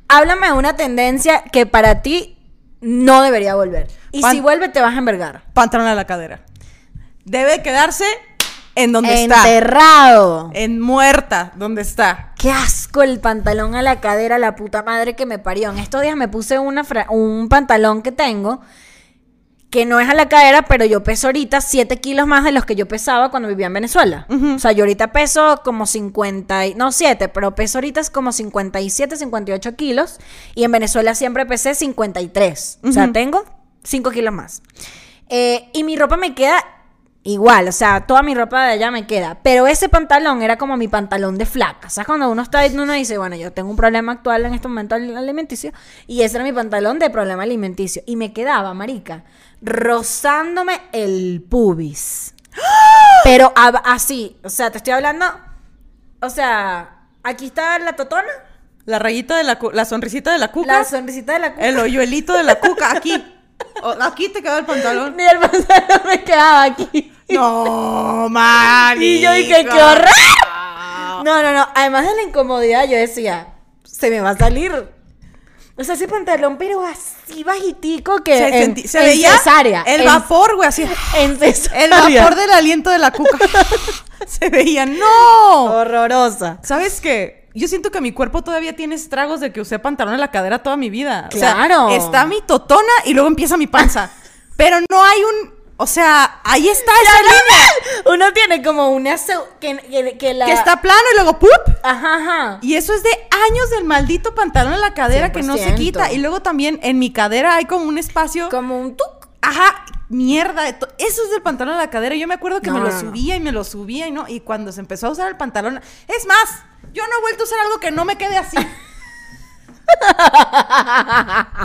Speaker 3: Háblame de una tendencia que para ti no debería volver. Y
Speaker 2: Pan-
Speaker 3: si vuelve, te vas a envergar.
Speaker 2: Pantalón a la cadera. Debe quedarse en donde está.
Speaker 3: Enterrado.
Speaker 2: En muerta, donde está.
Speaker 3: Qué asco el pantalón a la cadera, la puta madre que me parió. En estos días me puse una fra- un pantalón que tengo que no es a la cadera, pero yo peso ahorita 7 kilos más de los que yo pesaba cuando vivía en Venezuela. O sea, yo ahorita peso como 50, y- no 7, pero peso ahorita es como 57, 58 kilos. Y en Venezuela siempre pesé 53. O sea, tengo 5 kilos más. Eh, y mi ropa me queda igual, o sea, toda mi ropa de allá me queda. Pero ese pantalón era como mi pantalón de flaca. ¿Sabes? Cuando uno está uno dice, bueno, yo tengo un problema actual en este momento al- alimenticio. Y ese era mi pantalón de problema alimenticio. Y me quedaba, marica, rozándome el pubis. Pero ab- así, o sea, te estoy hablando. O sea, aquí está la totona,
Speaker 2: La rayita de la cu- la sonrisita de la cuca.
Speaker 3: la sonrisita de la *laughs* cuca.
Speaker 2: El hoyuelito de la cuca, aquí. O- aquí te quedó el pantalón.
Speaker 3: *laughs* Ni el pantalón me quedaba aquí.
Speaker 2: No, man.
Speaker 3: Y yo dije, ¡qué horror!
Speaker 2: Ah.
Speaker 3: No, no, no. Además de la incomodidad, yo decía, se me va a salir. O sea, ese pantalón, pero así bajitico que
Speaker 2: Se,
Speaker 3: en-
Speaker 2: sentí- se
Speaker 3: en
Speaker 2: veía
Speaker 3: cesárea.
Speaker 2: el
Speaker 3: En-
Speaker 2: vapor, güey, así. *laughs*
Speaker 3: En,
Speaker 2: El
Speaker 3: cesárea.
Speaker 2: vapor
Speaker 3: *laughs*
Speaker 2: del aliento de la cuca. se veía, ¡no!
Speaker 3: Horrorosa.
Speaker 2: ¿Sabes qué? Yo siento que mi cuerpo todavía tiene estragos de que usé pantalón en la cadera toda mi vida. O sea,
Speaker 3: Claro.
Speaker 2: está mi totona y luego empieza mi panza. Pero no hay un. O sea, ahí está esa línea
Speaker 3: Uno tiene como una... seu- Que, que, que *laughs* la...
Speaker 2: que está plano y luego ¡pup!
Speaker 3: Ajá, ajá.
Speaker 2: Y eso es de años del maldito pantalón en la cadera que no se
Speaker 3: 100%.
Speaker 2: quita. Y luego también en mi cadera hay como un espacio.
Speaker 3: Como un tuc.
Speaker 2: Ajá, mierda. de to- Eso es del pantalón en la cadera. Yo me acuerdo que
Speaker 3: No,
Speaker 2: me lo
Speaker 3: no, no.
Speaker 2: subía y me lo subía y no. Y cuando se empezó a usar el pantalón. Es más, yo no he vuelto a usar algo que no me quede
Speaker 3: *laughs*
Speaker 2: así.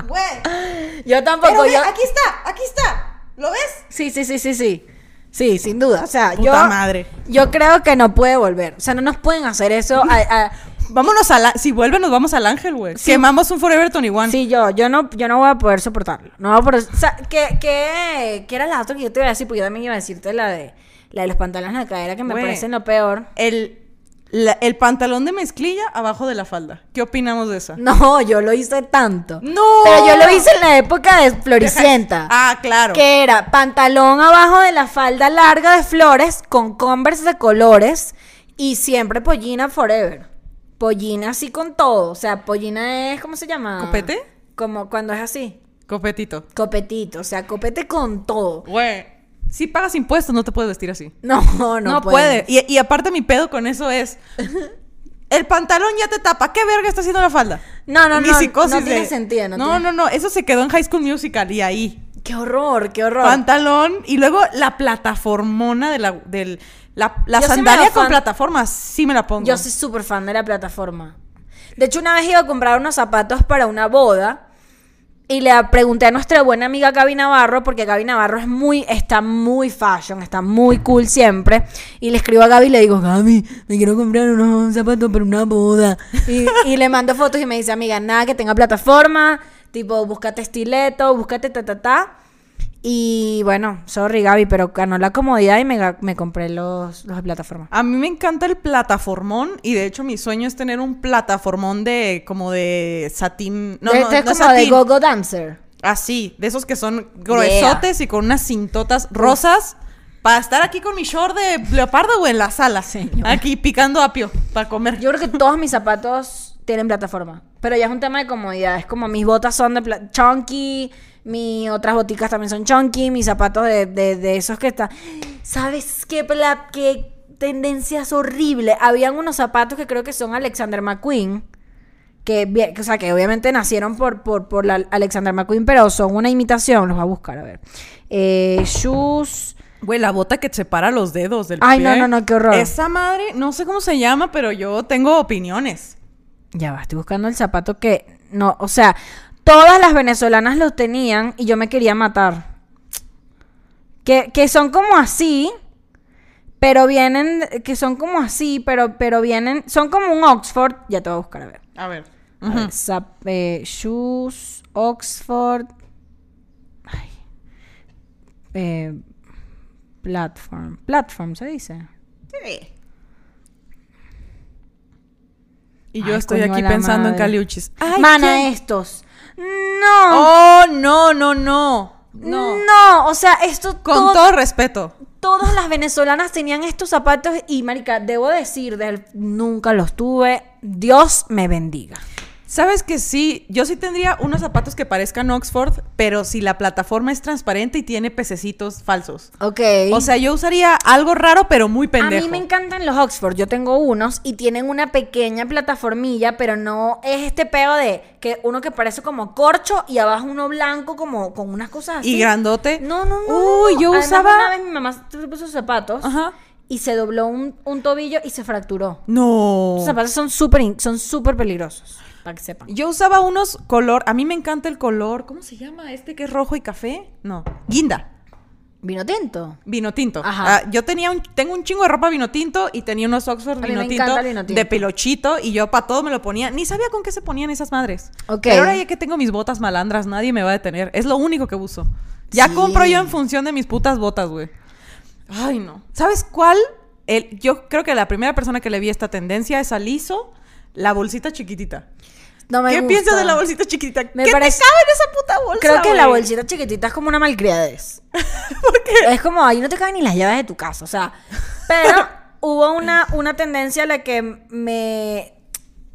Speaker 2: Güey.
Speaker 3: Yo tampoco,
Speaker 2: Pero ve,
Speaker 3: yo...
Speaker 2: aquí está, aquí está. ¿Lo ves?
Speaker 3: Sí, sí, sí, sí, sí. Sí, sin duda. O sea,
Speaker 2: Puta
Speaker 3: yo...
Speaker 2: madre.
Speaker 3: Yo creo que no puede volver. O sea, no nos pueden hacer eso a- a,
Speaker 2: Vámonos al. Si vuelve, nos vamos al ángel, güey. Quemamos un Forever 21.
Speaker 3: Sí, yo, yo no, yo no voy a poder soportarlo. No voy a poder. O sea, ¿qué, qué, qué era la otra que yo te iba a decir? Porque yo también iba a decirte la de la de los pantalones en la cadera que me
Speaker 2: Güey.
Speaker 3: parecen lo peor.
Speaker 2: El, la- el pantalón de mezclilla abajo de la falda. ¿Qué opinamos de esa?
Speaker 3: No, yo lo hice tanto.
Speaker 2: ¡No!
Speaker 3: Pero yo lo hice en la época de Floricienta.
Speaker 2: *laughs* Ah, claro.
Speaker 3: Que era pantalón abajo de la falda larga de flores con converse de colores y siempre pollina forever. Pollina así con todo. O sea, pollina es, ¿cómo se llama?
Speaker 2: ¿Copete?
Speaker 3: Como cuando es así.
Speaker 2: Copetito.
Speaker 3: Copetito, o sea, copete con todo.
Speaker 2: Güey. Si pagas impuestos, no te puedes vestir así.
Speaker 3: No, *laughs* no,
Speaker 2: No, puede.
Speaker 3: puede.
Speaker 2: Y, y aparte, mi pedo con eso
Speaker 3: *laughs*
Speaker 2: es. El pantalón ya te tapa. ¿Qué verga está haciendo la falda?
Speaker 3: No, no,
Speaker 2: Ni
Speaker 3: no,
Speaker 2: psicosis
Speaker 3: no tiene
Speaker 2: de-
Speaker 3: sentido, no
Speaker 2: no,
Speaker 3: tiene-
Speaker 2: no, no, Eso se quedó en High School Musical y ahí.
Speaker 3: Qué horror, qué horror.
Speaker 2: Pantalón y luego la plataformona de la, del, la, la
Speaker 3: Yo sí me
Speaker 2: sandalia
Speaker 3: la
Speaker 2: con
Speaker 3: fan-
Speaker 2: plataforma. Sí me la pongo.
Speaker 3: Yo soy súper fan de la plataforma. De hecho, una vez iba a comprar unos zapatos para una boda y le pregunté a nuestra buena amiga Gaby Navarro, porque Gaby Navarro es muy, está muy fashion, está muy cool siempre. Y le escribo a Gaby y le digo, Gaby, me quiero comprar unos zapatos para una boda. Y, y le mando fotos y me dice, amiga, nada que tenga plataforma, tipo, búscate estileto, búscate ta, ta, ta. Y bueno, sorry Gaby, pero ganó la comodidad y me, ga- me compré los, los de plataforma.
Speaker 2: A mí me encanta el plataformón y de hecho mi sueño es tener un plataformón de como de satín. No,
Speaker 3: De-
Speaker 2: no, no
Speaker 3: de- Este como de
Speaker 2: satín.
Speaker 3: Go-Go Dancer.
Speaker 2: Así, de esos que son gruesotes y con unas cintotas rosas para estar aquí con mi short de leopardo o en la sala.
Speaker 3: Señor.
Speaker 2: Aquí picando apio para comer.
Speaker 3: Yo creo que todos mis zapatos tienen plataforma. Pero ya es un tema de comodidad. Es como mis botas son de pla- chunky, mis otras boticas también son chunky, mis zapatos de, de- de esos que están. ¿Sabes qué, pla- qué tendencias horribles? Habían unos zapatos que creo que son Alexander McQueen. Que, bien- o sea, que obviamente nacieron por, por, por la Alexander McQueen, pero son una imitación. Los voy a buscar, a ver. Eh, shoes.
Speaker 2: Güey, la bota que separa los dedos del
Speaker 3: Ay,
Speaker 2: pie.
Speaker 3: no, no, no, qué horror.
Speaker 2: Esa madre, no sé cómo se llama, pero yo tengo opiniones.
Speaker 3: Ya va, estoy buscando el zapato que no, o sea, todas las venezolanas lo tenían y yo me quería matar. Que, que son como así, pero vienen, que son como así, pero, pero vienen, son como un Oxford, ya te voy a buscar a ver.
Speaker 2: A ver.
Speaker 3: A ver, zap- eh, shoes, Oxford. ay, eh, platform. Platform se dice.
Speaker 2: Y yo
Speaker 3: Ay,
Speaker 2: estoy
Speaker 3: coño
Speaker 2: aquí
Speaker 3: de la
Speaker 2: pensando en
Speaker 3: madre. eh.
Speaker 2: Caliuchis. Ay,
Speaker 3: Mana,
Speaker 2: ¿qué?
Speaker 3: estos. No.
Speaker 2: Oh, no, no, no. No.
Speaker 3: no. o sea, esto
Speaker 2: Con
Speaker 3: todo-
Speaker 2: todo respeto.
Speaker 3: todas las venezolanas tenían estos zapatos y marica, debo decir, del- nunca los tuve. Dios me bendiga.
Speaker 2: Sabes que sí, yo sí tendría unos zapatos que parezcan Oxford, pero si la plataforma es transparente y tiene pececitos falsos.
Speaker 3: Ok.
Speaker 2: O sea, yo usaría algo raro, pero muy pendejo.
Speaker 3: A mí me encantan los Oxford. Yo tengo unos y tienen una pequeña plataformilla, pero no es este pedo de que uno que parece como corcho y abajo uno blanco como con unas cosas así.
Speaker 2: Y grandote.
Speaker 3: No, no, no.
Speaker 2: Uy,
Speaker 3: no.
Speaker 2: yo
Speaker 3: Además,
Speaker 2: usaba.
Speaker 3: Una vez mi mamá se puso zapatos
Speaker 2: Ajá.
Speaker 3: y se dobló un, un tobillo y se fracturó.
Speaker 2: No.
Speaker 3: Los zapatos son súper in- son súper peligrosos, para que sepan.
Speaker 2: Yo usaba unos color. A mí me encanta el color. ¿Cómo se llama este que es rojo y café? No. Guinda.
Speaker 3: Vino tinto.
Speaker 2: Vino tinto.
Speaker 3: Ajá.
Speaker 2: Ah, yo tenía un, tengo un chingo de ropa vino tinto y tenía unos Oxford
Speaker 3: mí
Speaker 2: vino,
Speaker 3: me
Speaker 2: tinto
Speaker 3: encanta el vino
Speaker 2: de
Speaker 3: tinto.
Speaker 2: pelochito y yo para todo me lo ponía. Ni sabía con qué se ponían esas madres.
Speaker 3: Ok.
Speaker 2: Pero ahora ya que tengo mis botas malandras, nadie me va a detener. Es lo único que uso. Ya
Speaker 3: Sí.
Speaker 2: compro yo en función de mis putas botas, güey. Ay, no. ¿Sabes cuál? El, yo creo que la primera persona que le vi esta tendencia es a Liso, la bolsita chiquitita.
Speaker 3: No me
Speaker 2: ¿Qué
Speaker 3: gusta.
Speaker 2: piensas de la bolsita chiquitita?
Speaker 3: Me
Speaker 2: ¿Qué
Speaker 3: parece-
Speaker 2: te cabe en esa puta bolsa?
Speaker 3: Creo que la
Speaker 2: güey? *laughs*
Speaker 3: bolsita chiquitita es como una malcriadez. Es como, ahí no te caben ni las llaves de tu casa, o sea. Pero hubo una, una tendencia a la que me...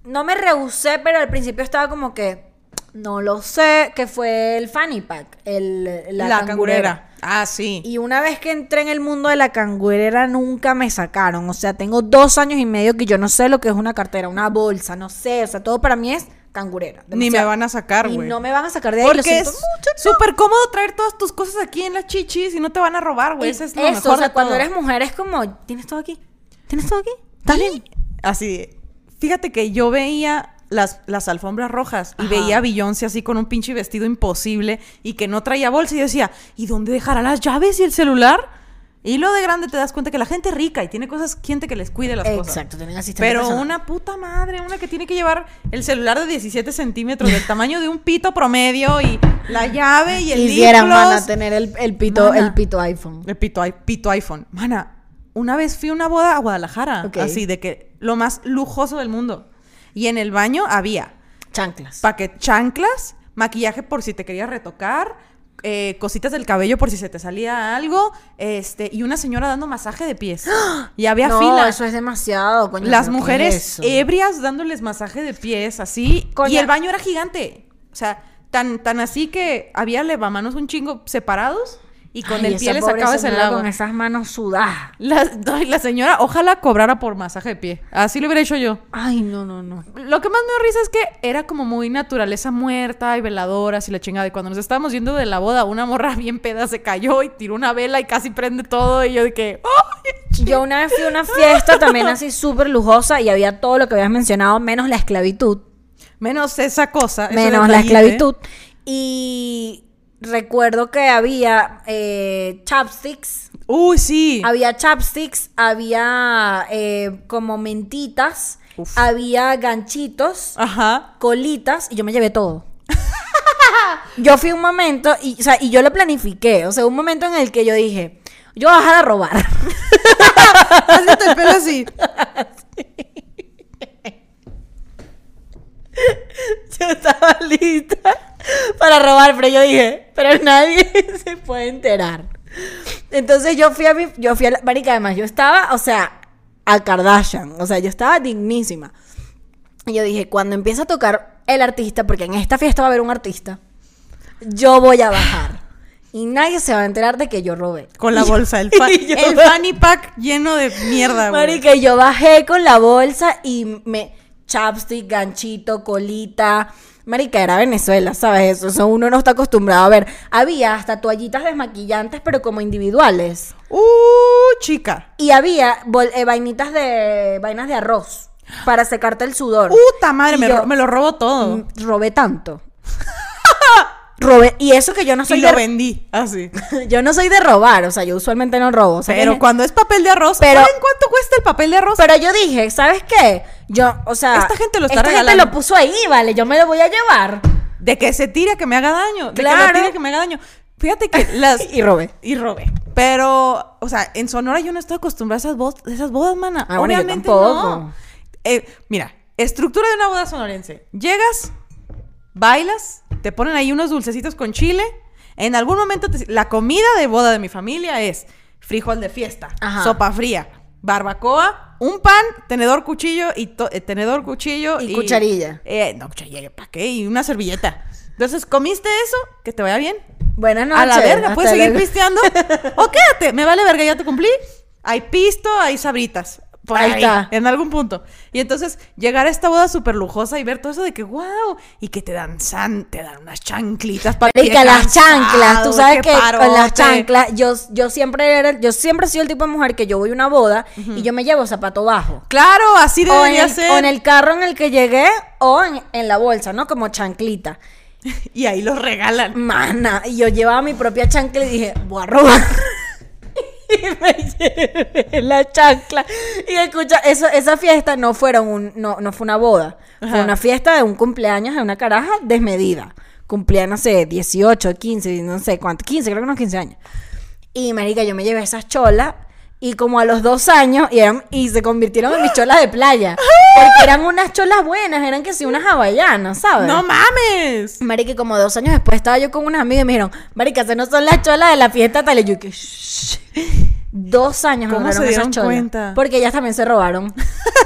Speaker 3: No me rehusé, pero al principio estaba como que... No lo sé, que fue el fanny pack, el, la,
Speaker 2: La
Speaker 3: cangurera.
Speaker 2: cangurera. Ah, sí.
Speaker 3: Y una vez que entré en el mundo de la cangurera, nunca me sacaron. O sea, tengo dos años y medio que yo no sé lo que es una cartera, una bolsa, no sé. O sea, todo para mí es cangurera.
Speaker 2: Ni me van a sacar,
Speaker 3: Y
Speaker 2: güey.
Speaker 3: no me van a sacar de ahí. lo
Speaker 2: Porque
Speaker 3: siento
Speaker 2: es
Speaker 3: mucho.
Speaker 2: súper cómodo traer todas tus cosas aquí en las chichis y no te van a robar, güey.
Speaker 3: Y
Speaker 2: Eso es lo
Speaker 3: eso,
Speaker 2: mejor
Speaker 3: o sea,
Speaker 2: de
Speaker 3: cuando
Speaker 2: todo.
Speaker 3: eres mujer es como, tienes todo aquí. Tienes todo aquí. ¿Estás bien?
Speaker 2: Así, de, fíjate que yo veía las, las alfombras rojas y
Speaker 3: Ajá.
Speaker 2: veía a Beyoncé así con un pinche vestido imposible y que no traía bolsa y yo decía, ¿y dónde dejará las llaves y el celular? Y lo de grande te das cuenta que la gente es rica y tiene cosas, gente que les cuide las cosas.
Speaker 3: Exacto, tienen asistente
Speaker 2: Pero
Speaker 3: personal.
Speaker 2: una puta madre, una que tiene que llevar el celular de 17 centímetros del tamaño de un pito promedio y la llave
Speaker 3: *laughs*
Speaker 2: y el
Speaker 3: Quisieran, mana,
Speaker 2: Diplos.
Speaker 3: tener el, el pito,
Speaker 2: Mana.
Speaker 3: el pito iPhone.
Speaker 2: El pito, i- pito iPhone. Mana, una vez fui a una boda a Guadalajara,
Speaker 3: Ok.
Speaker 2: así de que lo más lujoso del mundo. Y en el baño había
Speaker 3: Chanclas.
Speaker 2: paquet chanclas, maquillaje por si te querías retocar, eh, cositas del cabello por si se te salía algo, este, y una señora dando masaje de pies.
Speaker 3: *gasps*
Speaker 2: Y había
Speaker 3: no,
Speaker 2: fila.
Speaker 3: eso es demasiado, coño.
Speaker 2: Las
Speaker 3: ¿pero qué
Speaker 2: mujeres
Speaker 3: es eso?
Speaker 2: ebrias dándoles masaje de pies, así.
Speaker 3: Coño.
Speaker 2: Y el baño era gigante. O sea, tan, tan así que había levamanos un chingo separados y con
Speaker 3: Ay,
Speaker 2: el
Speaker 3: esa
Speaker 2: pie le
Speaker 3: pobre
Speaker 2: sacabas el
Speaker 3: señora
Speaker 2: agua.
Speaker 3: Con esas manos sudadas.
Speaker 2: La, ay, la señora, ojalá cobrara por masaje de pie. Así lo hubiera hecho yo.
Speaker 3: Ay, no, no, no.
Speaker 2: Lo que más me dio risa es que era como muy naturaleza muerta y veladoras y la chingada. Y cuando nos estábamos yendo de la boda, una morra *laughs* bien peda se cayó y tiró una vela y casi prende todo. Y yo de que, "Oh", ¡ay!
Speaker 3: Yo una vez fui a una fiesta también así súper lujosa y había todo lo que habías mencionado, menos la esclavitud.
Speaker 2: Menos esa cosa. ese
Speaker 3: menos la
Speaker 2: detallito.
Speaker 3: esclavitud. Y recuerdo que había eh, chapsticks,
Speaker 2: Uy, sí.
Speaker 3: había chapsticks, había eh, como mentitas,
Speaker 2: Uf. Ah.
Speaker 3: había ganchitos,
Speaker 2: Ajá.
Speaker 3: colitas, y yo me llevé todo. *laughs* yo fui un momento, y, o sea, y yo lo planifiqué, o sea, un momento en el que yo dije, yo voy a dejar de robar.
Speaker 2: Hazte el pelo así.
Speaker 3: *laughs* yo estaba lista para robar, pero yo dije, pero nadie *laughs* se puede enterar. Entonces yo fui a mi, yo fui a la, marica, además yo estaba, o sea, a Kardashian, o sea, yo estaba dignísima. Y yo dije, cuando empieza a tocar el artista, porque en esta fiesta va a haber un artista, yo voy a bajar. Y nadie se va a enterar de que yo robé.
Speaker 2: *laughs* Con la bolsa, el, fa-
Speaker 3: Y yo-
Speaker 2: el fanny pack lleno de mierda, güey.
Speaker 3: Marica, yo bajé con la bolsa y me. Chapstick, ganchito, colita. Marica, era Venezuela, ¿sabes? Eso, eso uno no está acostumbrado a ver. Había hasta toallitas desmaquillantes, pero como individuales.
Speaker 2: Uh, chica.
Speaker 3: Y había bol- eh, vainitas de. vainas de arroz para secarte el sudor.
Speaker 2: Puta madre,
Speaker 3: Y "Mm,
Speaker 2: me,
Speaker 3: yo,
Speaker 2: ro- me lo robo todo.
Speaker 3: mm, Robé tanto. *laughs* Robé- y eso que yo no soy
Speaker 2: Y lo
Speaker 3: de,
Speaker 2: vendí, así.
Speaker 3: *laughs* yo no soy de robar, o sea, yo usualmente no robo. o sea,
Speaker 2: Pero
Speaker 3: que-
Speaker 2: cuando es papel de arroz,
Speaker 3: Pero-
Speaker 2: ¿saben cuánto cuesta el papel de arroz?
Speaker 3: pero yo dije, ¿sabes qué? Yo, o sea,
Speaker 2: Esta gente lo está
Speaker 3: esta gente
Speaker 2: regalando.
Speaker 3: lo puso ahí, vale, yo me lo voy a llevar.
Speaker 2: De que se tire, que me haga daño. De que
Speaker 3: Claro.
Speaker 2: me tire, que me haga daño. Fíjate que Eh, las...
Speaker 3: *laughs* Y robé.
Speaker 2: y robé. Pero, o sea, en Sonora yo no estoy acostumbrada a esas, bo- esas bodas, mana.
Speaker 3: Ah, bueno, yo
Speaker 2: Obviamente
Speaker 3: tampoco.
Speaker 2: no. Eh, mira, estructura de una boda sonorense. Llegas, bailas, te ponen ahí unos dulcecitos con chile. En algún momento, te- la comida de boda de mi familia es frijol de fiesta,
Speaker 3: Ajá.
Speaker 2: sopa fría, barbacoa, un pan, tenedor, cuchillo y to- eh, tenedor, cuchillo
Speaker 3: Y cucharilla.
Speaker 2: Eh, no, cucharilla, ¿para qué? Y una servilleta. Entonces, comiste eso, que te vaya bien,
Speaker 3: Buenas noches.
Speaker 2: a la verga,
Speaker 3: hasta
Speaker 2: puedes seguir
Speaker 3: luego.
Speaker 2: pisteando. o quédate, me vale verga, ya te cumplí. Hay pisto, hay sabritas. Por
Speaker 3: Ahí
Speaker 2: ahí,
Speaker 3: está.
Speaker 2: En algún punto. Y entonces llegar a esta boda súper lujosa y ver todo eso de que, wow, y que te dan san, te dan unas chanclitas para
Speaker 3: Marica, las chanclas, tú sabes que con las chanclas, yo, yo siempre era, yo siempre he sido el tipo de mujer que yo voy a una boda y yo me llevo zapato bajo.
Speaker 2: Claro, así
Speaker 3: O en,
Speaker 2: debería
Speaker 3: el,
Speaker 2: ser.
Speaker 3: o en el carro en el que llegué o en, en la bolsa, ¿no? Como chanclita.
Speaker 2: Y ahí los regalan.
Speaker 3: Mana, y yo llevaba mi propia chancla y dije, voy a robar. *laughs* y me llevé la chancla. Y escucha, eso, esa fiesta no, fueron un, no, no fue una boda. Fue
Speaker 2: Ajá.
Speaker 3: una fiesta de un cumpleaños de una caraja desmedida. Cumplía, no sé, 18, 15, no sé cuánto. 15, creo que unos 15 años. Y marica, yo me llevé esas cholas. Y como a los dos años, y, eran, y se convirtieron en mis cholas
Speaker 2: *gasps*
Speaker 3: de playa. Porque eran unas cholas buenas, eran que sí, unas hawaianas, ¿sabes?
Speaker 2: ¡No mames! *laughs*
Speaker 3: Marica, y como dos años después estaba yo con unas amigas y me dijeron, Marica, esas no son las cholas de la fiesta tal. Y yo que "Shh". Dos años
Speaker 2: ¿Cómo
Speaker 3: me duraron
Speaker 2: se dieron
Speaker 3: esas cholas.
Speaker 2: cuenta?
Speaker 3: Porque ellas también
Speaker 2: *laughs*
Speaker 3: se robaron.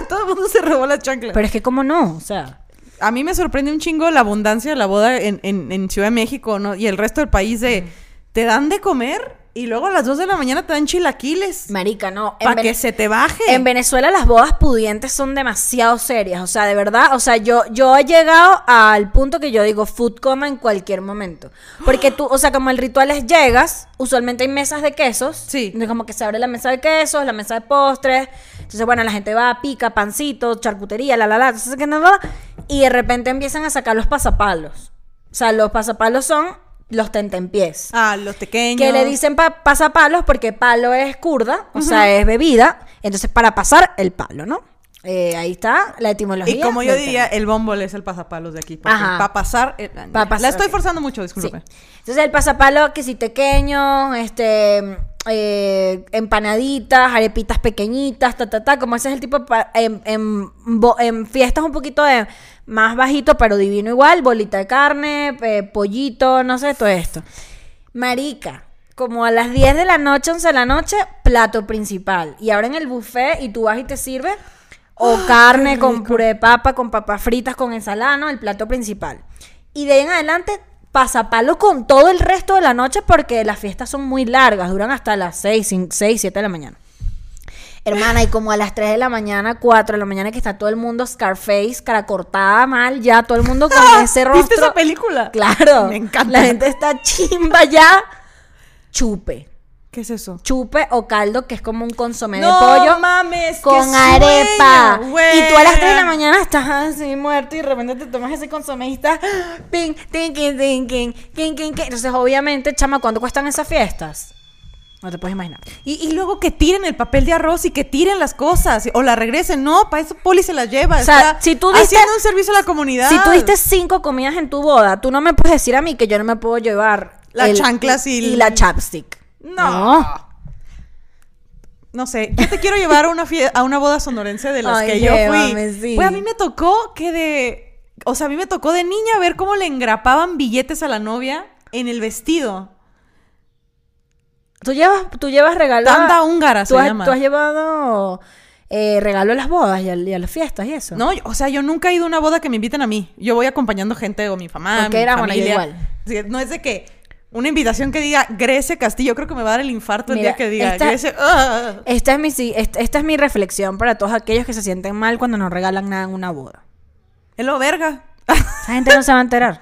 Speaker 2: Todo el mundo se robó las chanclas.
Speaker 3: Pero es que, ¿cómo no? O sea,
Speaker 2: A mí me sorprende un chingo la abundancia de la boda en, en- en Ciudad de México ¿no? y el resto del país de... Te dan de comer y luego a las 2 de la mañana te dan chilaquiles
Speaker 3: Marica, no. En
Speaker 2: para
Speaker 3: Vene-
Speaker 2: que se te baje.
Speaker 3: En Venezuela las bodas pudientes son demasiado serias, o sea, de verdad, o sea, yo, yo he llegado al punto que yo digo food coma en cualquier momento. Porque tú, o sea, como el ritual es llegas, usualmente hay mesas de quesos,
Speaker 2: Sí.
Speaker 3: de como que se abre la mesa de quesos, la mesa de postres, entonces bueno, la gente va, pica, pancito, charcutería, la, la, la, entonces, que nada, y de repente empiezan a sacar los pasapalos. O sea, los pasapalos son los tentempiés.
Speaker 2: Ah, los pequeños.
Speaker 3: Que le dicen pa- pasapalos porque palo es curda, o sea, es bebida. Entonces, para pasar, el palo, ¿no? Eh, ahí está la etimología.
Speaker 2: Y como yo
Speaker 3: del
Speaker 2: diría,
Speaker 3: tema.
Speaker 2: el bombol es el pasapalos de aquí.
Speaker 3: Ajá.
Speaker 2: Para pasar... el-
Speaker 3: Pa pasar,
Speaker 2: la estoy
Speaker 3: ok.
Speaker 2: forzando mucho,
Speaker 3: Sí.
Speaker 2: disculpe.
Speaker 3: Entonces, el pasapalo, que si pequeño, este. eh, empanaditas, arepitas pequeñitas, ta, ta, ta. Como ese es el tipo. de pa- En, en bo- en fiestas un poquito de más bajito, pero divino igual. Bolita de carne, eh, pollito, no sé, todo esto. Marica, como a las 10 de la noche, 11 de la noche, plato principal. Y abren el buffet y tú vas y te sirve o carne con puré de papa, con papas fritas, con ensalada, ¿no? El plato principal. Y de ahí en adelante, pasapalo con todo el resto de la noche porque las fiestas son muy largas, duran hasta las 6, 6 7 de la mañana. Hermana, y como a las 3 de la mañana, 4 de la mañana, que está todo el mundo Scarface, cara cortada mal, ya todo el mundo
Speaker 2: *laughs*
Speaker 3: con ese rostro.
Speaker 2: ¿Viste esa película?
Speaker 3: Claro.
Speaker 2: Me encanta.
Speaker 3: La gente está chimba ya. Chupe.
Speaker 2: ¿Qué es eso?
Speaker 3: Chupe o caldo, que es como un consomé de
Speaker 2: No
Speaker 3: pollo.
Speaker 2: mames, qué
Speaker 3: Con
Speaker 2: sueño,
Speaker 3: arepa.
Speaker 2: güey.
Speaker 3: Y tú a las 3 de la mañana estás así muerto y de repente te tomas ese consomé y estás. *gasps* Ping, ting, ting, ting, ting, ting, ting, ting. Entonces, obviamente, chama, ¿cuánto cuestan esas fiestas? No te puedes imaginar.
Speaker 2: Y, y luego que tiren el papel de arroz y que tiren las cosas. O la regresen. No, para eso Poli se las lleva.
Speaker 3: O sea,
Speaker 2: está
Speaker 3: si tú diste-
Speaker 2: haciendo un servicio a la comunidad.
Speaker 3: Si tú diste cinco comidas en tu boda, tú no me puedes decir a mí que yo no me puedo llevar
Speaker 2: Las chanclas y el-
Speaker 3: y la chapstick.
Speaker 2: No. No sé, yo te quiero llevar a una, fie- a una boda sonorense de las
Speaker 3: Ay,
Speaker 2: que yo
Speaker 3: llévame,
Speaker 2: fui.
Speaker 3: sí.
Speaker 2: Güey, a mí me tocó que de. O sea, a mí me tocó de niña ver cómo le engrapaban billetes a la novia en el vestido.
Speaker 3: Tú llevas, tú llevas regalo. a-
Speaker 2: Tanda húngara
Speaker 3: ¿Tú
Speaker 2: se
Speaker 3: has,
Speaker 2: llama.
Speaker 3: tú has llevado eh, regalo a las bodas y a, y a las fiestas y eso.
Speaker 2: No, yo- o sea, yo nunca he ido a una boda que me inviten a mí. Yo voy acompañando gente o mi mamá,
Speaker 3: Ok,
Speaker 2: mi
Speaker 3: era buena, yo
Speaker 2: familia.
Speaker 3: igual.
Speaker 2: Sí, no es de que una invitación que diga Grece Castillo, creo que me va a dar el infarto
Speaker 3: Mira,
Speaker 2: el día que diga
Speaker 3: esta-
Speaker 2: Grece. ah".
Speaker 3: Esta es, mi, si- est- esta es mi reflexión para todos aquellos que se sienten mal cuando no regalan nada en una boda.
Speaker 2: Es lo verga. *laughs*
Speaker 3: Esa gente no se va a enterar.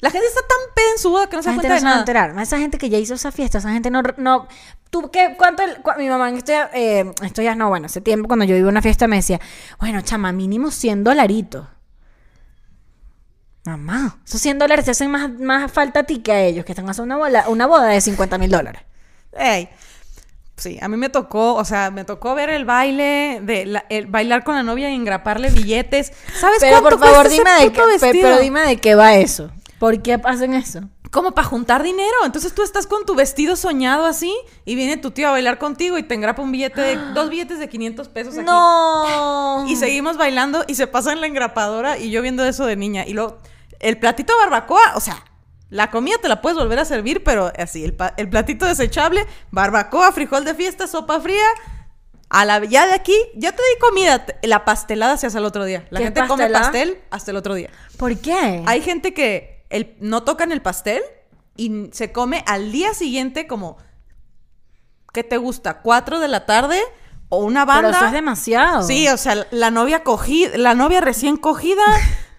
Speaker 2: La gente está tan pensuda que no se
Speaker 3: Esa
Speaker 2: da cuenta
Speaker 3: gente *laughs* no
Speaker 2: de
Speaker 3: se va a
Speaker 2: nada.
Speaker 3: enterar. Esa gente que ya hizo esa fiesta, esa gente no... no ¿Tú qué? ¿Cuánto? el- cua- mi mamá, en esto ya, eh, esto ya no, bueno, hace tiempo cuando yo iba a una fiesta me decía, bueno, chama, mínimo 100 dolaritos. Mamá, esos 100 dólares te hacen más, más falta a ti que a ellos, que están haciendo una boda, una boda de 50 mil dólares.
Speaker 2: Ey. Sí, a mí me tocó, o sea, me tocó ver el baile, de la- el bailar con la novia y engraparle billetes. ¿Sabes
Speaker 3: Pero
Speaker 2: cuánto
Speaker 3: por favor,
Speaker 2: cuesta ese
Speaker 3: dime de,
Speaker 2: puto
Speaker 3: qué, pe-
Speaker 2: vestido?
Speaker 3: pero dime de qué va eso. ¿Por qué hacen eso?
Speaker 2: Como para juntar dinero. Entonces tú estás con tu vestido soñado así y viene tu tío a bailar contigo y te engrapa un billete de dos billetes de 500 pesos Pues aquí.
Speaker 3: No.
Speaker 2: *laughs* Y seguimos bailando y se pasa en la engrapadora y yo viendo eso de niña. Y luego, el platito de barbacoa, o sea, la comida te la puedes volver a servir, pero así, el, pa- el platito desechable, barbacoa, frijol de fiesta, sopa fría. A la, ya de aquí, ya te di comida. te- La pastelada se hace el otro día. La
Speaker 3: ¿Qué
Speaker 2: gente come
Speaker 3: pastelada? Mm.
Speaker 2: pastel hasta el otro día.
Speaker 3: ¿Por qué?
Speaker 2: Hay gente que el, no tocan el pastel y se come al día siguiente como, ¿qué te gusta? ¿Cuatro de la tarde? O una banda.
Speaker 3: Pero eso es demasiado.
Speaker 2: Sí, o sea, la novia cogida, la novia recién cogida,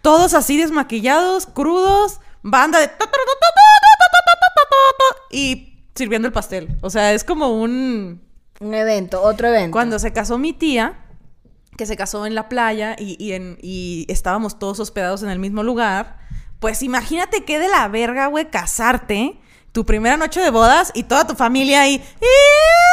Speaker 2: todos así desmaquillados, crudos, banda de y sirviendo el pastel. O sea, es como un
Speaker 3: Un evento, otro evento.
Speaker 2: cuando se casó mi tía, que se casó en la playa y, y en- y estábamos todos hospedados en el mismo lugar, pues imagínate qué de la verga, güey, casarte, tu primera noche de bodas y toda tu familia ahí.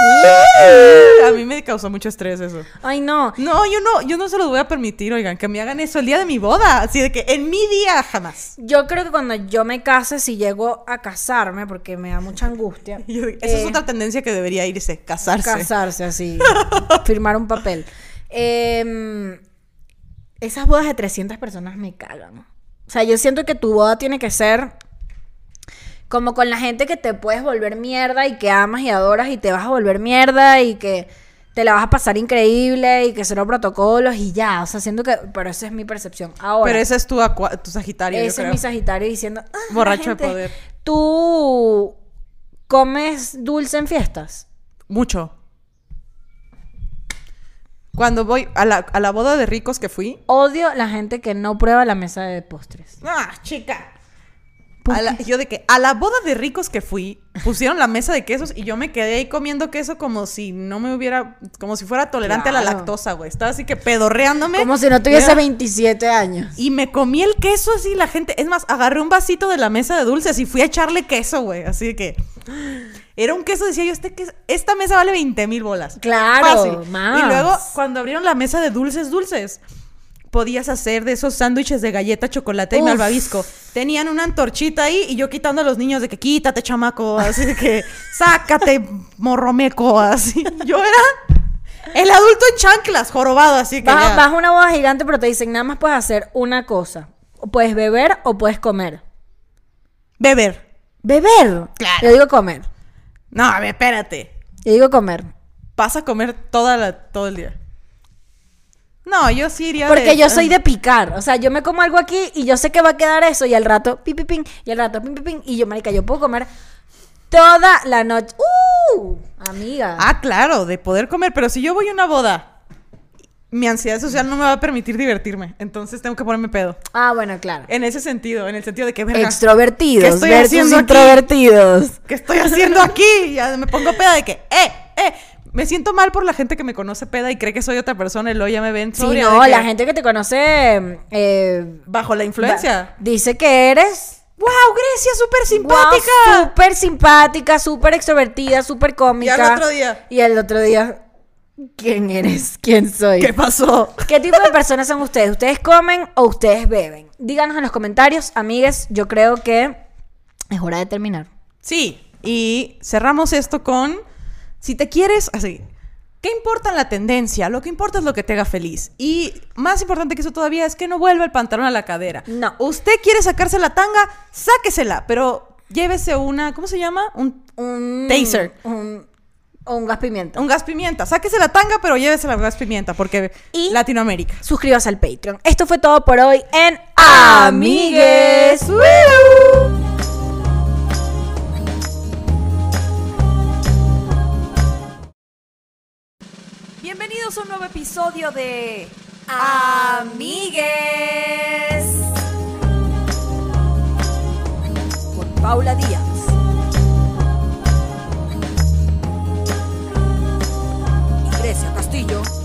Speaker 2: A mí me causó mucho estrés eso.
Speaker 3: Ay, no.
Speaker 2: No, yo no, yo no se los voy a permitir, oigan, que me hagan eso el día de mi boda. Así de que en mi día jamás.
Speaker 3: Yo creo que cuando yo me case, si llego a casarme, porque me da mucha angustia.
Speaker 2: Y *laughs* yo de- Esa
Speaker 3: eh,
Speaker 2: es otra tendencia que debería irse, casarse. *laughs*
Speaker 3: casarse así, firmar un papel. Em, esas bodas de 300 personas me cagan. O sea, yo siento que tu boda tiene que ser como con la gente que te puedes volver mierda y que amas y adoras y te vas a volver mierda y que te la vas a pasar increíble y que serán protocolos y ya. O sea, siento que... Pero esa es mi percepción. Ahora...
Speaker 2: Pero ese es tu, acua- tu Sagitario, yo
Speaker 3: Ese es
Speaker 2: creo.
Speaker 3: mi Sagitario diciendo. "Ah,
Speaker 2: Borracho de
Speaker 3: gente,
Speaker 2: poder.
Speaker 3: ¿Tú comes dulce en fiestas?
Speaker 2: Mucho. Cuando voy a la, a la boda de ricos que fui.
Speaker 3: Odio la gente que no prueba la mesa de postres.
Speaker 2: ¡Ah, chica!
Speaker 3: ¿Por
Speaker 2: A la- yo de que a la boda de ricos que fui, pusieron la mesa de quesos y yo me quedé ahí comiendo queso como si no me hubiera, como si fuera tolerante a la
Speaker 3: Claro.
Speaker 2: lactosa, güey. Estaba así que pedorreándome.
Speaker 3: Como si no tuviese
Speaker 2: Mira.
Speaker 3: 27 años.
Speaker 2: Y me comí el queso así, la gente. Es más, agarré un vasito de la mesa de dulces y fui a echarle queso, güey. Así de que. Era un queso, decía yo, este queso- esta mesa vale 20 mil bolas.
Speaker 3: Claro, más.
Speaker 2: Y luego, cuando abrieron la mesa de dulces, dulces, podías hacer de esos sándwiches de galleta, chocolate y
Speaker 3: Uf.
Speaker 2: malvavisco. Tenían una antorchita ahí y yo quitando a los niños de que quítate, chamaco. Así de que sácate, morromeco. Así. Yo era el adulto en chanclas, jorobado, así que.
Speaker 3: Vas,
Speaker 2: ya.
Speaker 3: vas a una boda gigante, pero te dicen nada más puedes hacer una cosa: O puedes beber o puedes comer.
Speaker 2: Beber.
Speaker 3: ¿Beber?
Speaker 2: Claro.
Speaker 3: Yo digo comer.
Speaker 2: No, a ver, espérate.
Speaker 3: Yo digo comer.
Speaker 2: vas a comer toda la, todo el día. No, yo sí iría
Speaker 3: Porque yo soy de picar. O sea, yo me como algo aquí y yo sé que va a quedar eso. Y al rato, pi, pi, pin, y al rato, pim, pi, pin. Y yo, marica, yo puedo comer toda la noche. ¡Uh! Amiga.
Speaker 2: Ah, claro, de poder comer. Pero si yo voy a una boda, mi ansiedad social no me va a permitir divertirme. Entonces tengo que ponerme pedo.
Speaker 3: Ah, bueno, claro.
Speaker 2: En ese sentido, en el sentido de que, verga, ¿qué
Speaker 3: Extrovertidos
Speaker 2: estoy
Speaker 3: versus
Speaker 2: haciendo aquí?
Speaker 3: introvertidos.
Speaker 2: ¿qué estoy haciendo aquí? Ya me pongo peda de que, eh, eh. Me siento mal por la gente que me conoce peda y cree que soy otra persona y luego ya me ven
Speaker 3: Sí,
Speaker 2: sobria
Speaker 3: no,
Speaker 2: de que
Speaker 3: la gente que te conoce. eh,
Speaker 2: Bajo la influencia.
Speaker 3: va- Dice que eres.
Speaker 2: ¡Wow, Grecia, súper
Speaker 3: guau,
Speaker 2: simpática!
Speaker 3: Súper simpática, súper extrovertida, súper cómica.
Speaker 2: otro día.
Speaker 3: Y al otro día. ¿Quién eres? ¿Quién soy?
Speaker 2: ¿Qué pasó?
Speaker 3: ¿Qué tipo de personas son ustedes? ¿Ustedes comen o ustedes beben? Díganos en los comentarios, amigues. Yo creo que es hora de terminar.
Speaker 2: Sí, y cerramos esto con, si te quieres, así, ¿qué importa la tendencia? Lo que importa es lo que te haga feliz. Y más importante que eso todavía es que no vuelva el pantalón a la cadera.
Speaker 3: No.
Speaker 2: Usted quiere sacarse la tanga, sáquesela, pero llévese una, ¿cómo se llama? Un,
Speaker 3: Un
Speaker 2: Taser.
Speaker 3: Un, o un gas pimienta.
Speaker 2: un gas pimienta. Sáquese la tanga, pero llévese la gas pimienta, porque
Speaker 3: Y-
Speaker 2: Latinoamérica.
Speaker 3: Suscríbase al Patreon. Esto fue todo por hoy en
Speaker 2: Amigues.
Speaker 3: Amigues. ¡Woo!
Speaker 1: Bienvenidos a un nuevo episodio de Amigues con Paula Díaz. Y Grecia Castillo.